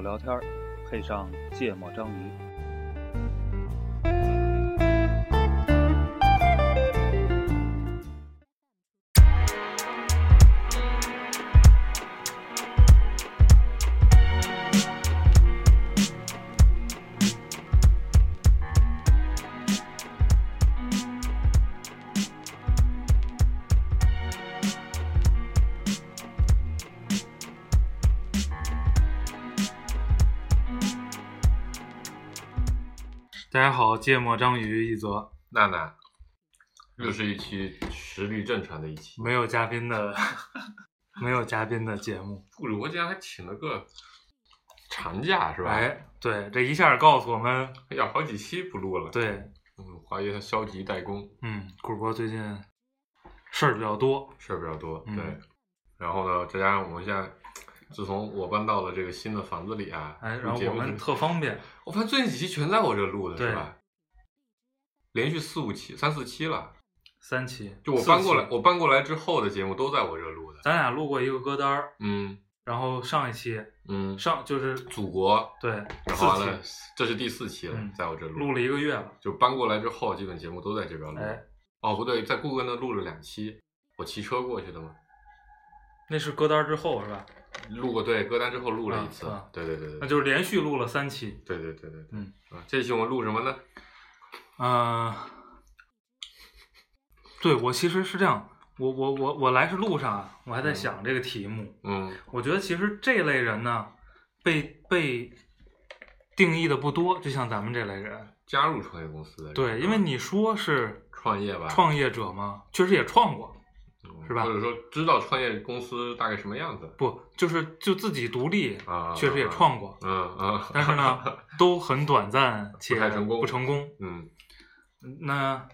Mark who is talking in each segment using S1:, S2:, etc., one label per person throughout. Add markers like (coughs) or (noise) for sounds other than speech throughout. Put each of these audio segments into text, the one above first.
S1: 聊天，配上芥末章鱼。
S2: 大家好，芥末章鱼一泽，
S3: 娜娜，
S2: 嗯
S3: 又是一期实力正常的一期。
S2: 没有嘉宾
S3: (laughs)
S2: 的，没有嘉宾的节目。
S3: 罗竟然还请了个长假是吧？，
S2: 哎，对，这一下告诉我们，
S3: 要好几期不录了。，
S2: 对，
S3: 嗯，怀疑他消极怠工，
S2: 嗯，顾博最近事儿比较多，
S3: 事儿比较多。
S2: 嗯
S3: 对，然后呢，再加上我们现在，自从我搬到了这个新的房子里啊，
S2: 哎，
S3: 录
S2: 然后
S3: 节
S2: 我
S3: 目
S2: 们
S3: 是
S2: 特方便，
S3: 我发现最近几期全在我这录的
S2: 对
S3: 是吧？连续四五期、三四期了，
S2: 三期，
S3: 就我
S2: 四
S3: 搬过来
S2: 期，
S3: 我搬过来之后的节目都在我这录的。
S2: 咱俩录过一个歌单儿，
S3: 嗯
S2: 然后上一期
S3: 嗯，
S2: 上就是
S3: 祖国，
S2: 对
S3: 然后
S2: 四
S3: 完
S2: 期
S3: 了，这是第四期了
S2: 嗯，
S3: 在我这录
S2: 录了一个月了，
S3: 就搬过来之后，基本节目都在这边录。
S2: 哎，
S3: 哦，不对，在顾哥那录了两期，我骑车过去的嘛，
S2: 那是歌单儿之后是吧？
S3: 录过对歌单之后录了一次。
S2: 啊啊
S3: 对对对对，
S2: 那就是连续录了三期，
S3: 对对对对对。
S2: 嗯
S3: 啊，这期我们录什么呢？
S2: 嗯、对我其实是这样，我我我我来是路上啊，我还在
S3: 嗯
S2: 想这个题目，
S3: 嗯
S2: 我觉得其实这类人呢，被被定义的不多，就像咱们这类人，
S3: 加入创业公司的人。啊
S2: 对，因为你说是
S3: 创业吧，
S2: 创业者嘛，确实也创过，
S3: 嗯
S2: 是吧
S3: 或者说知道创业公司大概什么样子
S2: 不就是就自己独立，
S3: 啊？
S2: 确实也。创过，
S3: 嗯啊。
S2: 但是呢，
S3: (laughs)
S2: 都很短暂且
S3: 不太成功
S2: 不成功。
S3: 嗯，
S2: 那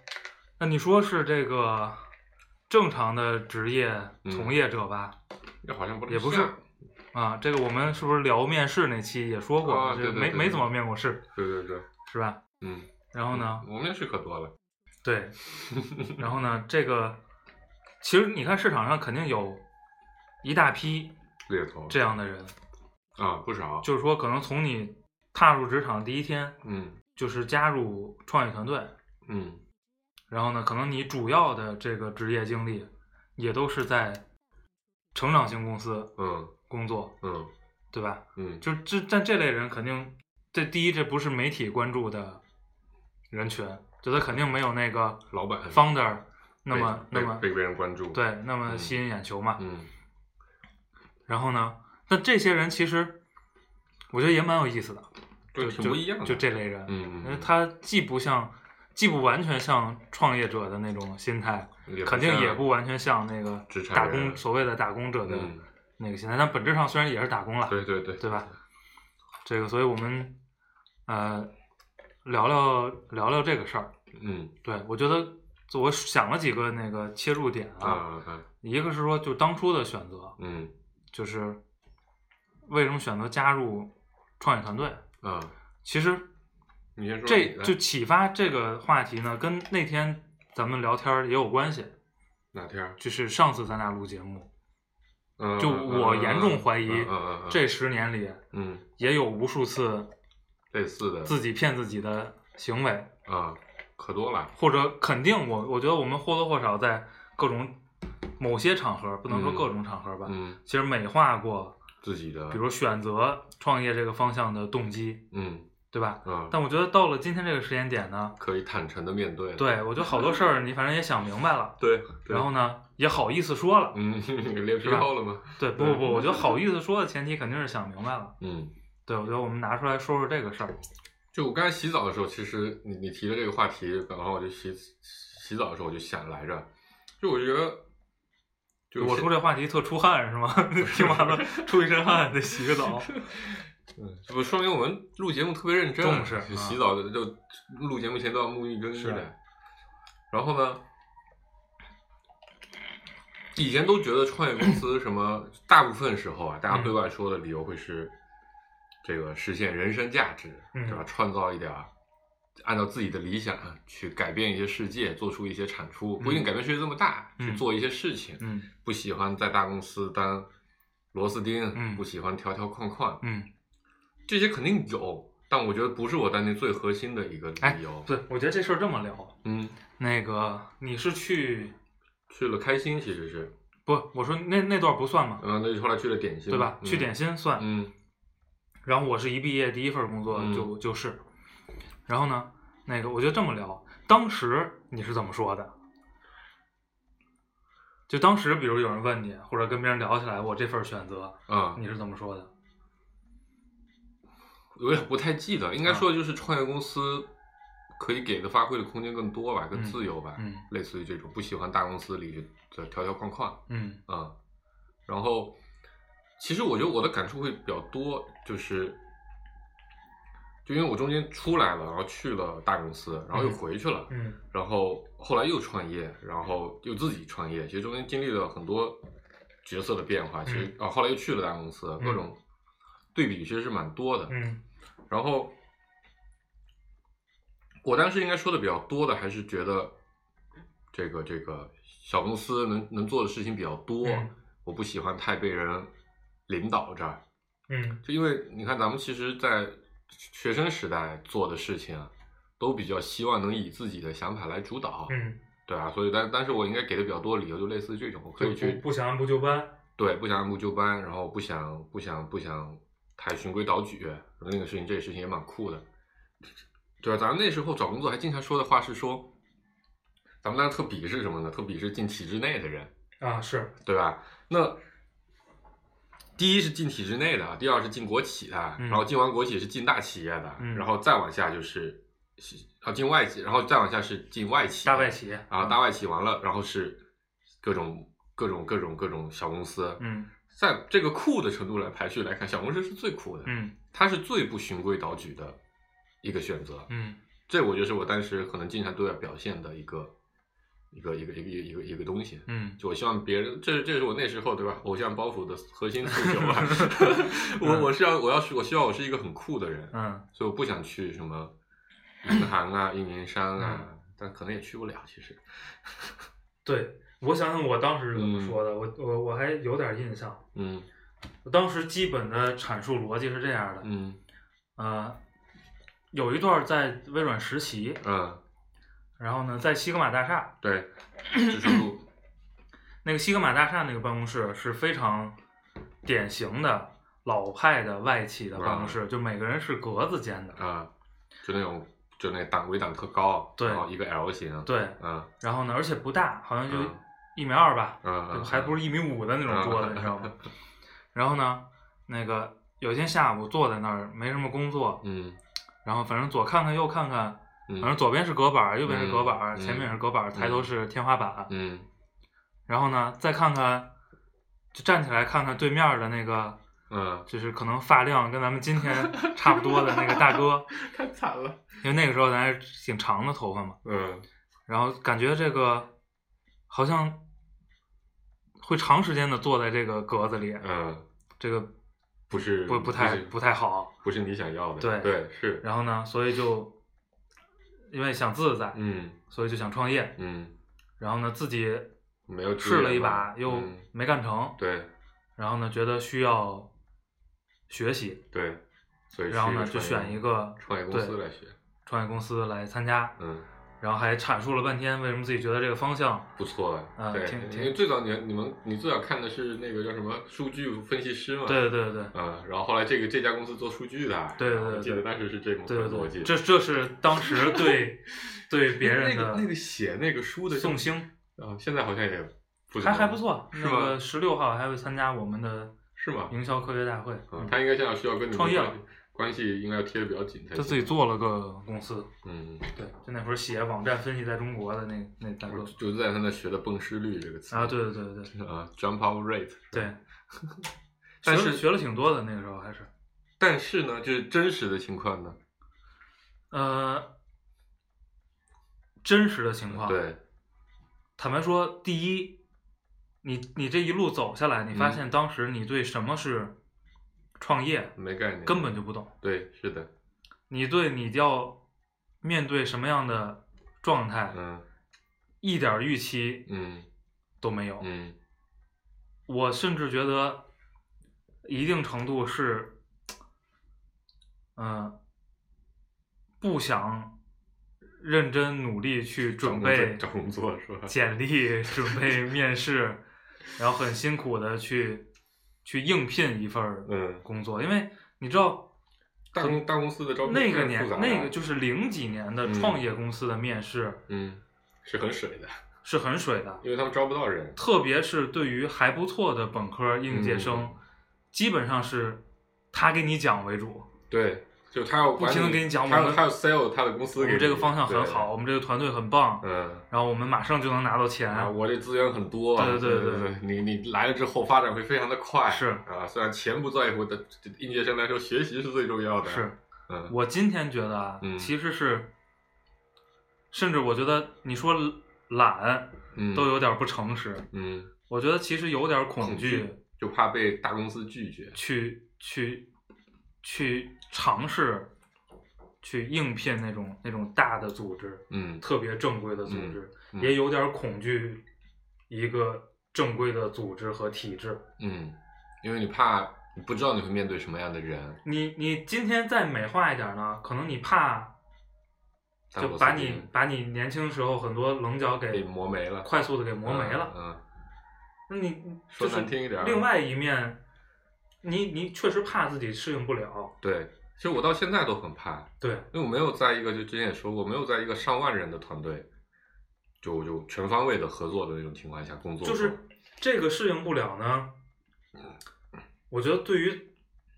S2: 那你说是这个正常的职业
S3: 嗯
S2: 从业者吧？
S3: 这好像不
S2: 也不是
S3: 像
S2: 啊，这个我们是不是聊面试那期也说过，
S3: 啊
S2: 这
S3: 对对
S2: 没
S3: 对
S2: 没
S3: 对
S2: 怎么面过试，
S3: 对对对，
S2: 是吧？
S3: 嗯。
S2: 然后呢，
S3: 我面试可多了。 (laughs)
S2: 对，然后呢，这个其实你看市场上肯定有一大批
S3: 猎头
S2: 这样的人，
S3: 啊，不少。
S2: 就是说可能从你踏入职场第一天，
S3: 嗯
S2: 就是加入创业团队，
S3: 嗯
S2: 然后呢，可能你主要的这个职业经历也都是在成长型公司
S3: 嗯
S2: 工作，
S3: 嗯
S2: 对吧？
S3: 嗯，
S2: 就这但这类人肯定，这第一这不是媒体关注的人群，就他肯定没有那个
S3: 老板
S2: founder 那
S3: 呃被
S2: 么那
S3: 被
S2: 么
S3: 被别人关注。，
S2: 对那么
S3: 嗯
S2: 吸引眼球嘛。
S3: 嗯
S2: 然后呢，但这些人其实我觉得也蛮有意思的，，
S3: 就
S2: 就
S3: 挺不一样的。
S2: 就，这类人，
S3: 嗯嗯
S2: 因为
S3: 嗯，
S2: 他既不像，既不完全像创业者的那种心态，
S3: 也
S2: 肯定
S3: 像
S2: 嗯也不完全像那个
S3: 职场
S2: 打
S3: 人
S2: 工所谓的打工者的
S3: 嗯，
S2: 那个心态，但本质上虽然也是打工了，
S3: 对对对，
S2: 对吧？这个，所以我们呃聊聊聊聊这个事儿。
S3: 嗯
S2: 对我觉得，我想了几个那个切入点啊，
S3: 啊啊
S2: 一个是说就当初的选择，
S3: 嗯
S2: 就是为什么选择加入创业团队。
S3: 啊，
S2: 其实
S3: 你先说
S2: 这
S3: 你的哎
S2: 就启发这个话题呢，跟那天咱们聊天儿也有关系。
S3: 哪天儿？
S2: 就是上次咱俩录节目，
S3: 嗯
S2: 就
S3: 嗯
S2: 我
S3: 嗯
S2: 严
S3: 嗯
S2: 重怀疑
S3: 嗯嗯嗯嗯
S2: 这十年里
S3: 嗯
S2: 也有无数次
S3: 类似的
S2: 自己骗自己的行为，
S3: 啊可多了，
S2: 或者肯定我，我觉得我们或多或少在各种某些场合，不能说
S3: 嗯
S2: 各种场合吧，
S3: 嗯，
S2: 其实美化过，
S3: 自己的，
S2: 比如选择创业这个方向的动机，
S3: 嗯
S2: 对吧？
S3: 啊，
S2: 但我觉得到了今天这个时间点呢，
S3: 可以坦诚的面对了，
S2: 对我觉得好多事儿你反正也想明白了，
S3: 对，对
S2: 然后呢也好意思说了，
S3: 嗯 (laughs) 脸皮
S2: 是吧
S3: 厚了吗？
S2: 对，不不不，我觉得好意思说的前提肯定是想明白了，
S3: 嗯。
S2: 对，我觉得我们拿出来说说这个事儿，
S3: 就我刚才洗澡的时候，其实你你提了这个话题，然后我就洗洗澡的时候我就想来着，就我觉得，就
S2: 我
S3: 现
S2: 说这话题特出汗是吗？ (laughs) 听完
S3: (laughs)
S2: 了出一身汗得洗个澡，
S3: 嗯，这不说明我们录节目特别认真，
S2: 重视啊
S3: 洗澡的就录节目前都要沐浴更衣
S2: 是
S3: 的。然后呢，以前都觉得创业公司什么，大部分时候啊，
S2: 嗯
S3: 大家对外说的理由会是这个实现人生价值，
S2: 嗯
S3: 对吧？创造一点儿按照自己的理想啊去改变一些世界，做出一些产出，不一
S2: 嗯
S3: 定改变世界这么大，
S2: 嗯
S3: 去做一些事情。
S2: 嗯
S3: 不喜欢在大公司当螺丝钉，
S2: 嗯
S3: 不喜欢条条框框，
S2: 嗯
S3: 这些肯定有，但我觉得不是我当年最核心的一个理由。
S2: 哎对，我觉得这事儿这么聊，
S3: 嗯，
S2: 那个你是去
S3: 去了开心其实是，
S2: 不？我说那那段不算嘛，
S3: 嗯，那就后来去了点心，
S2: 对吧？
S3: 嗯
S2: 去点心算。
S3: 嗯
S2: 然后我是一毕业第一份工作
S3: 嗯
S2: 就就是，然后呢，那个我觉得这么聊，当时你是怎么说的？就当时，比如有人问你，或者跟别人聊起来，我这份选择，
S3: 啊，
S2: 你是怎么说的？
S3: 我也不太记得，
S2: 啊
S3: 应该说的就是创业公司可以给的发挥的空间更多吧，更
S2: 嗯
S3: 自由吧，
S2: 嗯
S3: 类似于这种不喜欢大公司里的条条框框
S2: 嗯
S3: 啊、然后，其实我觉得我的感触会比较多，就是就因为我中间出来了，然后去了大公司，然后又
S2: 嗯
S3: 回去了，
S2: 嗯
S3: 然后后来又创业，然后又自己创业，其实中间经历了很多角色的变化。其实啊、后来又去了大公司，各种对比其实是蛮多的。
S2: 嗯
S3: 然后我当时应该说的比较多的，还是觉得这个这个小公司能能做的事情比较多，
S2: 嗯
S3: 我不喜欢太被人领导着。
S2: 嗯
S3: 就因为你看，咱们其实，在学生时代做的事情啊，都比较希望能以自己的想法来主导，
S2: 嗯，
S3: 对啊，所以但但是我应该给的比较多理由，就类似于这种，我可以
S2: 就
S3: 去
S2: 不不想按部就班。
S3: 对不想按部就班，然后不想不想不想太循规蹈矩，那个事情这个事情也蛮酷的，对啊，咱们那时候找工作还经常说的话是说，咱们当时特鄙视什么呢？特鄙视进体制内的人，
S2: 啊，是，
S3: 对吧？那第一是进体制内的，啊第二是进国企的，啊
S2: 嗯
S3: 然后进完国企是进大企业的，啊
S2: 嗯
S3: 然后再往下就是是啊进外企，然后再往下是进外企，
S2: 大外企啊
S3: 啊，大外企完了，然后是各种各种各种各种小公司。
S2: 嗯
S3: 在这个酷的程度来排序来看，小公司是最酷的，
S2: 嗯
S3: 它是最不循规蹈矩的一个选择。
S2: 嗯
S3: 这我觉得是我当时可能经常都要表现的一个一个一个一个一个一个东西。
S2: 嗯
S3: 就我希望别人，这是这是我那时候对吧？偶像包袱的核心诉
S2: (laughs)
S3: 求啊！我我是要我要是我希望我是一个很酷的人，
S2: 嗯
S3: 所以我不想去什么银行
S2: (laughs)
S3: 啊、运营商啊，
S2: 嗯
S3: 但可能也去不了。其实，
S2: 对，我想想我当时是怎么
S3: 嗯
S2: 说的，我我我还有点印象。
S3: 嗯
S2: 我当时基本的阐述逻辑是这样的，
S3: 嗯
S2: 呃，有一段在微软实习，
S3: 嗯，
S2: 然后呢，在西格玛大厦，
S3: 对， (coughs) 支撑路，
S2: 那个西格玛大厦那个办公室是非常典型的老派的外企的办公室，就每个人是格子间的，
S3: 啊，就那种就那档围档特高，
S2: 对
S3: 然后一个 L 型，，
S2: 对，
S3: 嗯
S2: 然后呢，而且不大，好像就
S3: 嗯
S2: 一米二吧，
S3: 嗯
S2: 就
S3: 嗯，
S2: 还不是一米五的那种桌子，
S3: 嗯
S2: 你知道吗？ (laughs) 然后呢，那个有一天下午坐在那儿没什么工作，
S3: 嗯
S2: 然后反正左看看右看看，
S3: 嗯，
S2: 反正左边是隔板儿，右边是隔板儿，
S3: 嗯
S2: 前面也是隔板儿，
S3: 嗯
S2: 抬头是天花板。
S3: 嗯
S2: 然后呢，再看看，就站起来看看对面儿的那个，
S3: 嗯，
S2: 就是可能发量跟咱们今天
S3: (laughs)
S2: 差不多的那个大哥，
S3: 太惨了，
S2: 因为那个时候咱还挺长的头发嘛，
S3: 嗯
S2: 然后感觉这个好像会长时间的坐在这个格子里，
S3: 嗯，
S2: 这个
S3: 不是
S2: 不不太
S3: 是
S2: 不太好。
S3: 不是你想要的，
S2: 对
S3: 对是，
S2: 然后呢，所以就因为想自在，
S3: 嗯
S2: 所以就想创业，
S3: 嗯，
S2: 然后呢自己
S3: 没有
S2: 试了一把
S3: 资源
S2: 又
S3: 嘛嗯
S2: 没干成，
S3: 对
S2: 然后呢觉得需要学习，
S3: 对，所以
S2: 然后呢
S3: 是
S2: 就选一个
S3: 创业公司
S2: 对
S3: 来学，
S2: 创业公司来参加，
S3: 嗯，
S2: 然后还阐述了半天为什么自己觉得这个方向，
S3: 不错
S2: 啊
S3: 啊，对
S2: 挺，挺
S3: 因为最早你你们你最早看的是那个叫什么数据分析师嘛，
S2: 对对对对
S3: 嗯，然后后来这个这家公司做数据的，啊
S2: 对对
S3: 然后
S2: 对
S3: 我记得当时是这种
S2: 对
S3: 逻
S2: 对
S3: 辑，
S2: 对，这这是当时
S3: (laughs)
S2: 对对别人
S3: 那
S2: 的
S3: 个那个写那个书的
S2: 宋兴
S3: 啊，现在好像也不怎
S2: 还
S3: 么
S2: 还不，错，
S3: 是
S2: 那
S3: 吗
S2: 个十六号还会参加我们的
S3: 是吗？
S2: 营销科学大会，
S3: 嗯
S2: 嗯，
S3: 他应该现在需要跟你们
S2: 创业了
S3: 关系关系应该要贴的比较紧才
S2: 就自己
S3: 行，
S2: 做了个公司，
S3: 嗯，
S2: 对，就那会儿写网站分析在中国的那那大哥
S3: 我就在他那学的“蹦失率”这个词
S2: 啊，对对对对
S3: 啊，jump out rate。
S2: (laughs) 对，
S3: 但
S2: 学了
S3: 是
S2: 学了挺多的那个时候还是，
S3: 但是呢，就是真实的情况呢，
S2: 呃，真实的情况，，
S3: 对，
S2: 坦白说，第一，你你这一路走下来，你发
S3: 嗯
S2: 现当时你对什么是创业
S3: 没概念，
S2: 根本就不懂，
S3: 对，是的，
S2: 你对你要面对什么样的状态，
S3: 嗯
S2: 一点儿预期
S3: 嗯
S2: 都没有。
S3: 嗯
S2: 我甚至觉得，一定程度是呃，不想认真努力去准备
S3: 找工作找工作是吧 (laughs)
S2: 简历准备面试，然后很辛苦的去去应聘一份儿
S3: 嗯
S2: 工作，因为你知道
S3: 大公大公司的招聘
S2: 那个
S3: 非常
S2: 年
S3: 复杂的啊
S2: 那个就是零几年的
S3: 嗯
S2: 创业公司的面试
S3: 嗯是很水的，
S2: 是很水的，
S3: 因为他们招不到人。
S2: 特别是对于还不错的本科应届生，
S3: 嗯
S2: 基本上是他给你讲为主，
S3: 对，就他要
S2: 不停地
S3: 管
S2: 给你讲
S3: 他
S2: 我
S3: 要
S2: 们
S3: 他要 sell 他的公司
S2: 我
S3: 给
S2: 们
S3: 你
S2: 这个方向很
S3: 对
S2: 好，我们这个团队很棒，
S3: 嗯。
S2: 然后我们马上就能拿到钱。
S3: 啊，我这资源很多啊，
S2: 对
S3: 对
S2: 对对
S3: 对你你来了之后发展会非常的快，
S2: 是
S3: 啊，虽然钱不在乎，但对应届生来说学习是最重要的，
S2: 是，
S3: 嗯，
S2: 我今天觉得啊，
S3: 嗯
S2: 其实是，甚至我觉得你说懒
S3: 嗯
S2: 都，有点不诚实，
S3: 嗯，
S2: 我觉得其实有点恐
S3: 恐
S2: 惧
S3: 惧就怕被大公司拒绝，
S2: 去去去尝试去应聘那种那种大的组织，
S3: 嗯
S2: 特别正规的组
S3: 嗯
S2: 织，
S3: 嗯
S2: 也有点恐惧一个正规的组织和体制。
S3: 嗯，因为你怕你不知道你会面对什么样的人，
S2: 你你今天再美化一点呢，可能你怕
S3: 大
S2: 就
S3: 公司
S2: 把
S3: 给
S2: 你把你年轻时候很多棱角
S3: 给
S2: 给
S3: 磨没了，
S2: 快速的给磨没了。
S3: 嗯，
S2: 那你
S3: 说
S2: 就是
S3: 难听一点儿
S2: 另外一面，你你确实怕自己适应不了
S3: 嗯，对，其实我到现在都很怕，
S2: 对，
S3: 因为我没有在一个就之前也说过，没有在一个上万人的团队，就就全方位的合作的那种情况下工作过，
S2: 就是这个适应不了呢。我觉得对于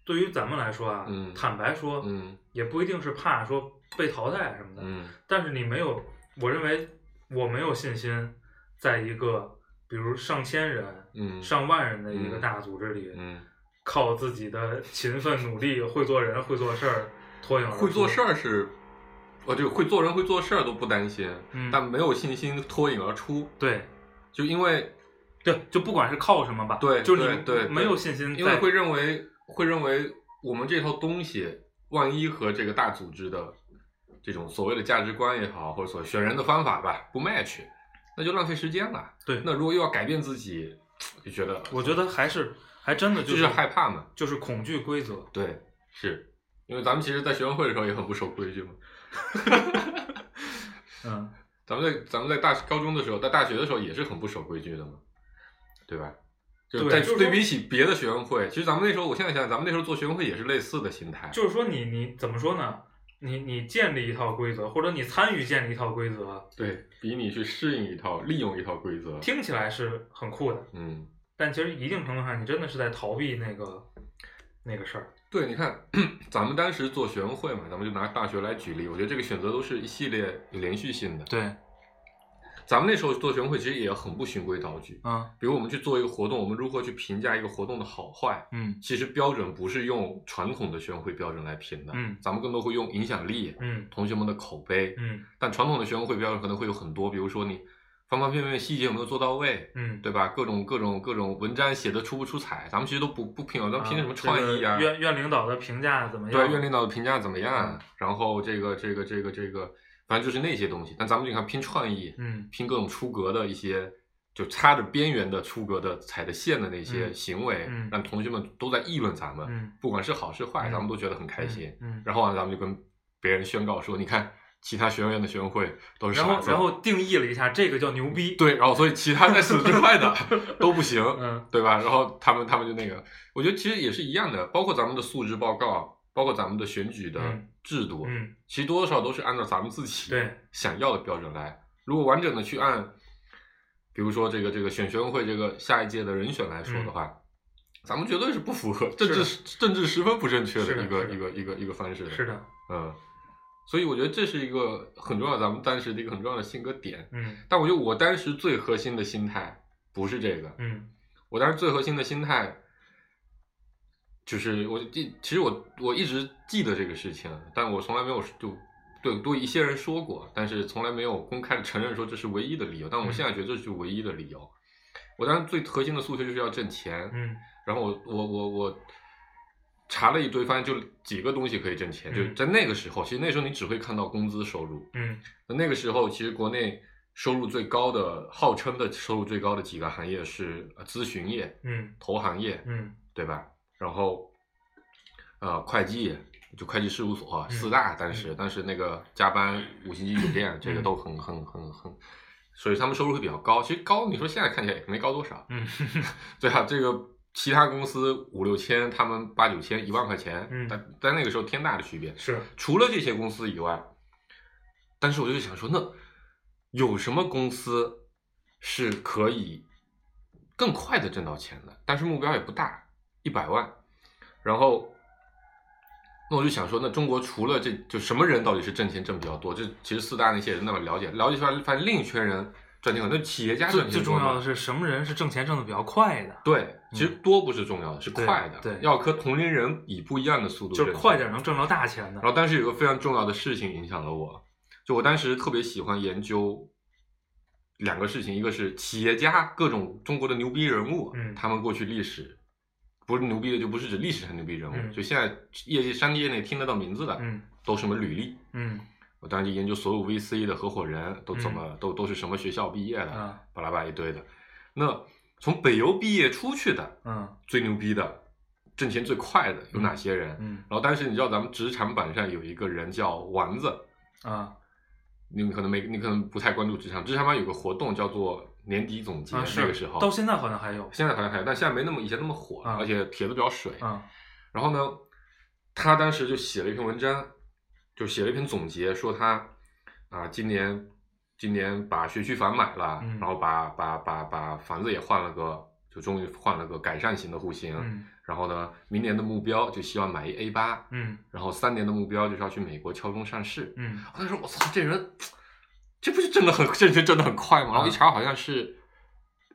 S2: 对于咱们来说啊，
S3: 嗯
S2: 坦白说，
S3: 嗯
S2: 也不一定是怕说被淘汰什么的，
S3: 嗯
S2: 但是你没有，我认为我没有信心，在一个比如上千人、
S3: 嗯
S2: 上万人的一个
S3: 嗯
S2: 大组织里，
S3: 嗯，
S2: 靠自己的勤奋努力、会做人、会做事儿脱颖而出。
S3: 会做事儿是，哦，就会做人会做事儿都不担心，
S2: 嗯
S3: 但没有信心脱颖而出，
S2: 对
S3: 就因为
S2: 对，就不管是靠什么吧，
S3: 对
S2: 就是你
S3: 对对
S2: 没有信心
S3: 因为
S2: 嗯在
S3: 会认为会认为我们这套东西，万一和这个大组织的这种所谓的价值观也好，或者所选人的方法吧不 match，那就浪费时间了。
S2: 对。
S3: 那如果又要改变自己，就觉得
S2: 我觉得还是还真的
S3: 就
S2: 就是
S3: 害怕嘛。
S2: 就是恐惧规则。
S3: 对，是因为咱们其实，在学生会的时候也很不守规矩嘛。
S2: 嗯，
S3: 咱们在咱们在大高中的时候，在大学的时候也是很不守规矩的嘛，对吧？就
S2: 对
S3: 在
S2: 就是
S3: 对比起别的学生会，其实咱们那时候，我现在想，咱们那时候做学生会也是类似的心态。
S2: 就是说你你怎么说呢？你你建立一套规则，或者你参与建立一套规则，
S3: 对比你去适应一套、利用一套规则，
S2: 听起来是很酷的，
S3: 嗯，
S2: 但其实一定程度上，你真的是在逃避那个那个事儿。
S3: 对，你看咱们当时做学生会嘛，咱们就拿大学来举例，我觉得这个选择都是一系列连续性的。
S2: 对，
S3: 咱们那时候做学生会其实也很不循规蹈矩，
S2: 嗯
S3: 比如我们去做一个活动，我们如何去评价一个活动的好坏，
S2: 嗯
S3: 其实标准不是用传统的学生会标准来评的，
S2: 嗯
S3: 咱们更多会用影响力、
S2: 嗯
S3: 同学们的口碑。
S2: 嗯
S3: 但传统的学生会标准可能会有很多，比如说你方方面面细节有没有做到位，
S2: 嗯，
S3: 对吧？各种各种各种文章写的出不出彩，咱们其实都不不评，咱们凭什么创意啊？
S2: 这个院院领导的评价怎么样？
S3: 对，院领导的评价怎么样
S2: 嗯？
S3: 然后这个这个这个这个，反正就是那些东西。但咱们就看拼创意，
S2: 嗯
S3: 拼各种出格的一些，就擦着边缘的出格的踩着线的那些
S2: 嗯
S3: 行为，
S2: 嗯
S3: 让同学们都在议论咱们，
S2: 嗯，
S3: 不管是好是坏，
S2: 嗯
S3: 咱们都觉得很开心。
S2: 嗯。嗯
S3: 然后啊呢，咱们就跟别人宣告说：“你看，其他学院的学生会都是
S2: 然
S3: 傻
S2: 后
S3: 子。”
S2: 然后定义了一下，这个叫牛逼。，
S3: 对，然后所以其他在此之
S2: (laughs)
S3: 外的都不行，
S2: 嗯
S3: 对吧？然后他们他们就那个，我觉得其实也是一样的，包括咱们的素质报告，啊包括咱们的选举的
S2: 嗯
S3: 制度，
S2: 嗯
S3: 其实多多少少都是按照咱们自己
S2: 对
S3: 想要的标准来。如果完整的去按，比如说这个这个选学生会这个下一届的人选来说的
S2: 嗯
S3: 话，咱们绝对是不符合政治政治十分不正确
S2: 是的
S3: 一个
S2: 是的
S3: 一个一个一个方式的，
S2: 是的，
S3: 嗯。所以我觉得这是一个很重要，咱们当时的一个很重要的性格点。
S2: 嗯
S3: 但我觉得我当时最核心的心态不是这个，
S2: 嗯
S3: 我当时最核心的心态就是我记，其实我我一直记得这个事情，但我从来没有就对对一些人说过，但是从来没有公开承认说这是唯一的理由。但我
S2: 嗯
S3: 现在觉得这是唯一的理由。我当时最核心的诉求就是要挣钱，
S2: 嗯
S3: 然后我我我我查了一堆，发现就几个东西可以挣钱，就
S2: 嗯
S3: 在那个时候，其实那时候你只会看到工资收入，
S2: 嗯
S3: 那那个时候，其实国内收入最高的，号称的收入最高的几个行业是呃咨询业、
S2: 嗯
S3: 投行业，
S2: 嗯
S3: 对吧？然后，呃，会计，就会计事务所、
S2: 嗯
S3: 四大，但是
S2: 嗯
S3: 但是那个加班、五星级酒店，这个都很很很很，所以他们收入会比较高。其实高，你说现在看起来也没高多少，
S2: 嗯
S3: 对啊，这个其他公司五六千，他们八九千、一万块钱，
S2: 嗯
S3: 但但那个时候天大的区别。
S2: 是，
S3: 除了这些公司以外，但是我就想说，那有什么公司是可以更快的挣到钱的？但是目标也不大，一百万。然后，那我就想说，那中国除了这就什么人到底是挣钱挣比较多？这其实四大那些人那么了解，了解出来，发现另一圈人赚钱很多，那企业家
S2: 最
S3: 赚钱
S2: 最
S3: 多
S2: 重
S3: 吗
S2: 要的是什么人是挣钱挣的比较快的，
S3: 对，其实多不是重要的，是
S2: 对
S3: 快的，
S2: 对
S3: 要和同龄人以不一样的速度，
S2: 就是快点。能挣着大钱的
S3: 然。后，但是有个非常重要的事情影响了我，就我当时特别喜欢研究两个事情，一个是企业家，各种中国的牛逼人物，
S2: 嗯
S3: 他们过去历史，不是牛逼的就不是指历史上牛逼人物，
S2: 嗯
S3: 就现在业界商业内听得到名字的，
S2: 嗯
S3: 都什么履历。
S2: 嗯
S3: 我当时就研究所有 VC 的合伙人都怎么、都都是什么学校毕业的，
S2: 啊
S3: 巴拉巴拉一堆的。那从北邮毕业出去的，
S2: 嗯
S3: 最牛逼的、挣钱最快的有哪些人？
S2: 嗯
S3: 然后当时你知道咱们职场版上有一个人叫丸子，
S2: 啊
S3: 你们可能没你可能不太关注职场，职场版有个活动叫做年底总结，
S2: 啊
S3: 那
S2: 是
S3: 个时候
S2: 到现在好像还有
S3: 现在好像还有，但现在没那么以前那么火，
S2: 啊
S3: 而且帖子比较水。
S2: 啊
S3: 然后呢，他当时就写了一篇文章，就写了一篇总结，说他啊，今年今年把学区房买了，
S2: 嗯
S3: 然后把把把把房子也换了个，就终于换了个改善型的户型。
S2: 嗯
S3: 然后呢，明年的目标就希望买一 A 八，
S2: 嗯
S3: 然后三年的目标就是要去美国敲钟上市。
S2: 嗯
S3: 我当时我操，这人这不是挣的很，这人挣的很快
S2: 嗯
S3: 吗？然后一查好像是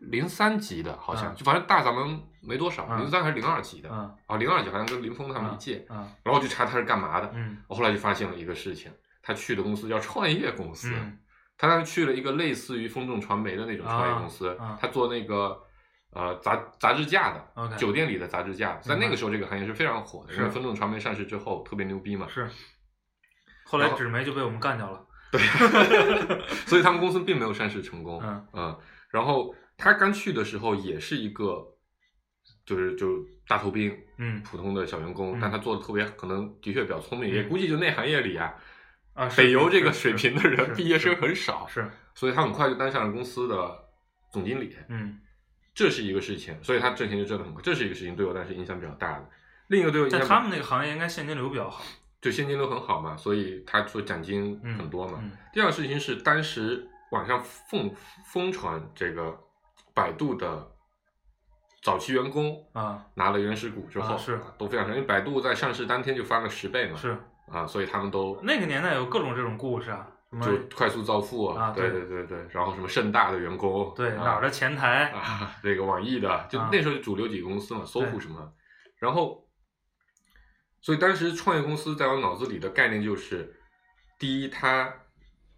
S3: 零三级的，好像、
S2: 嗯
S3: 就反正大咱们没多少，
S2: 嗯
S3: 零三还是零二级的。
S2: 啊
S3: 啊，零二级好像跟林峰他们一届，
S2: 啊
S3: 然后我就查他是干嘛的，
S2: 嗯
S3: 我后来就发现了一个事情，他去的公司叫创业公司，
S2: 嗯
S3: 他当时去了一个类似于风众传媒的那种创业公司，
S2: 啊啊
S3: 他做那个呃杂杂志架的
S2: OK
S3: 酒店里的杂志架，在
S2: 明白
S3: 那个时候这个行业是非常火的，
S2: 嗯是
S3: 因为风众传媒上市之后特别牛逼嘛，
S2: 是。后来纸媒就被我们干掉了。
S3: 所以他们公司并没有上市成功，
S2: 嗯
S3: 然后他刚去的时候也是一个就是就是大头兵，
S2: 嗯
S3: 普通的小员工，
S2: 嗯
S3: 但他做的特别，可能的确比较聪明，
S2: 嗯
S3: 也估计就那行业里啊，
S2: 啊，是
S3: 北邮
S2: 是
S3: 这个
S2: 是
S3: 水平的
S2: 是
S3: 人毕业生很少，
S2: 是
S3: 所以他很快就当上了公司的总经理，
S2: 嗯，
S3: 这是一个事情，所以他挣钱就挣得很快，这是一个事情对我当时影响比较大的。另一个对我影
S2: 但
S3: 响
S2: 他们那个行业应该现金流比较好。
S3: 就现金流很好嘛，所以他说奖金
S2: 嗯，
S3: 很多嘛。
S2: 嗯
S3: 第二个事情是当时网上疯疯传这个百度的早期员工
S2: 啊
S3: 拿了原始股之后，
S2: 啊是
S3: 都非常因为百度在上市当天就翻了十倍嘛，
S2: 是嗯
S3: 啊，所以他们都
S2: 那个年代有各种这种故事啊，什么
S3: 就快速造富
S2: 啊
S3: 对
S2: 对
S3: 对对对，然后什么盛大的员工，
S2: 对
S3: 啊
S2: 哪儿的前台
S3: 啊，这个网易的，就
S2: 啊
S3: 那时候就主流几个公司嘛，搜
S2: 对
S3: 狐什么的，然后，所以当时创业公司在我脑子里的概念就是，第一，它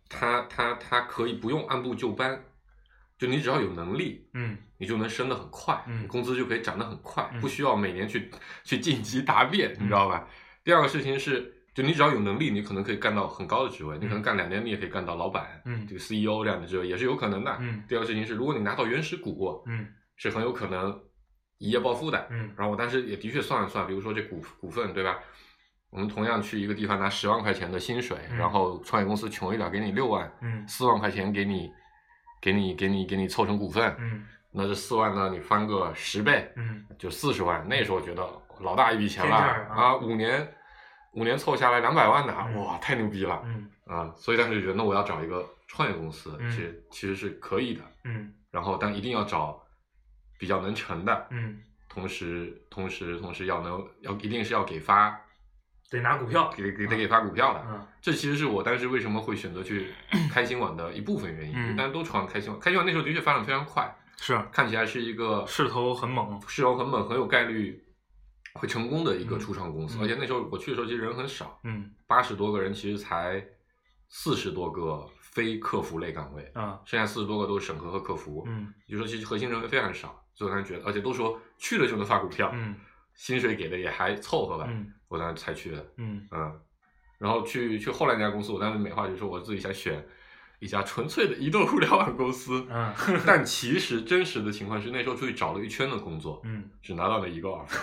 S3: 它它它可以不用按部就班，就你只要有能力，
S2: 嗯
S3: 你就能升得很快，
S2: 嗯
S3: 你工资就可以涨得很快，
S2: 嗯
S3: 不需要每年去去晋级答辩，你知道吧？第二个事情是，就你只要有能力，你可能可以干到很高的职位，你可能干两年，你也可以干到老板，
S2: 嗯
S3: 这个 CEO 这样的职位也是有可能的。
S2: 嗯
S3: 第二个事情是，如果你拿到原始股，
S2: 嗯
S3: 是很有可能一夜暴富的。
S2: 嗯
S3: 然后我当时也的确算了算，比如说这股股份，对吧？我们同样去一个地方拿十万块钱的薪水，
S2: 嗯
S3: 然后创业公司穷一点给你六万，
S2: 嗯
S3: 四万块钱给你，给你给你给你凑成股份，
S2: 嗯
S3: 那这四万呢，你翻个十倍
S2: 嗯，
S3: 就四十万，那时候觉得老大一笔钱了
S2: 天价儿啊
S3: 啊！五年，五年凑下来两百万呢，
S2: 嗯
S3: 哇，太牛逼了
S2: 嗯
S3: 啊！所以当时就觉得，那我要找一个创业公司，
S2: 嗯
S3: 其实其实是可以的，
S2: 嗯
S3: 然后但一定要找比较能成的，
S2: 嗯，
S3: 同时同时同时要能要一定是要给发
S2: 得拿股票。
S3: 给给得给发股票的，
S2: 嗯
S3: 这其实是我当时为什么会选
S2: (coughs)
S3: 择去开新网的一部分原因，
S2: 嗯
S3: 但是都传开新网，开新网那时候的确发展非常快，
S2: 是
S3: 看起来是一个
S2: 势头很猛。
S3: 势头很猛，很有概率会成功的一个初创公
S2: 嗯
S3: 司。
S2: 嗯
S3: 而且那时候我去的时候，其实人很少，
S2: 嗯
S3: 八十多个人，其实才四十多个非客服类岗位，
S2: 啊
S3: 剩下四十多个都是审核和客服。
S2: 嗯
S3: 也就是说，其实核心人员非常少，所以我当时觉得，而且都说去了就能发股票，
S2: 嗯
S3: 薪水给的也还凑合吧，
S2: 嗯
S3: 我当时才去的。
S2: 嗯
S3: 嗯，然后去去后来那家公司，我当时美化就说我自己想选一家纯粹的移动互联网公司，
S2: 嗯
S3: 但其实真实的情况是，那时候出去找了一圈的工作，
S2: 嗯，
S3: 只拿到了一个 offer，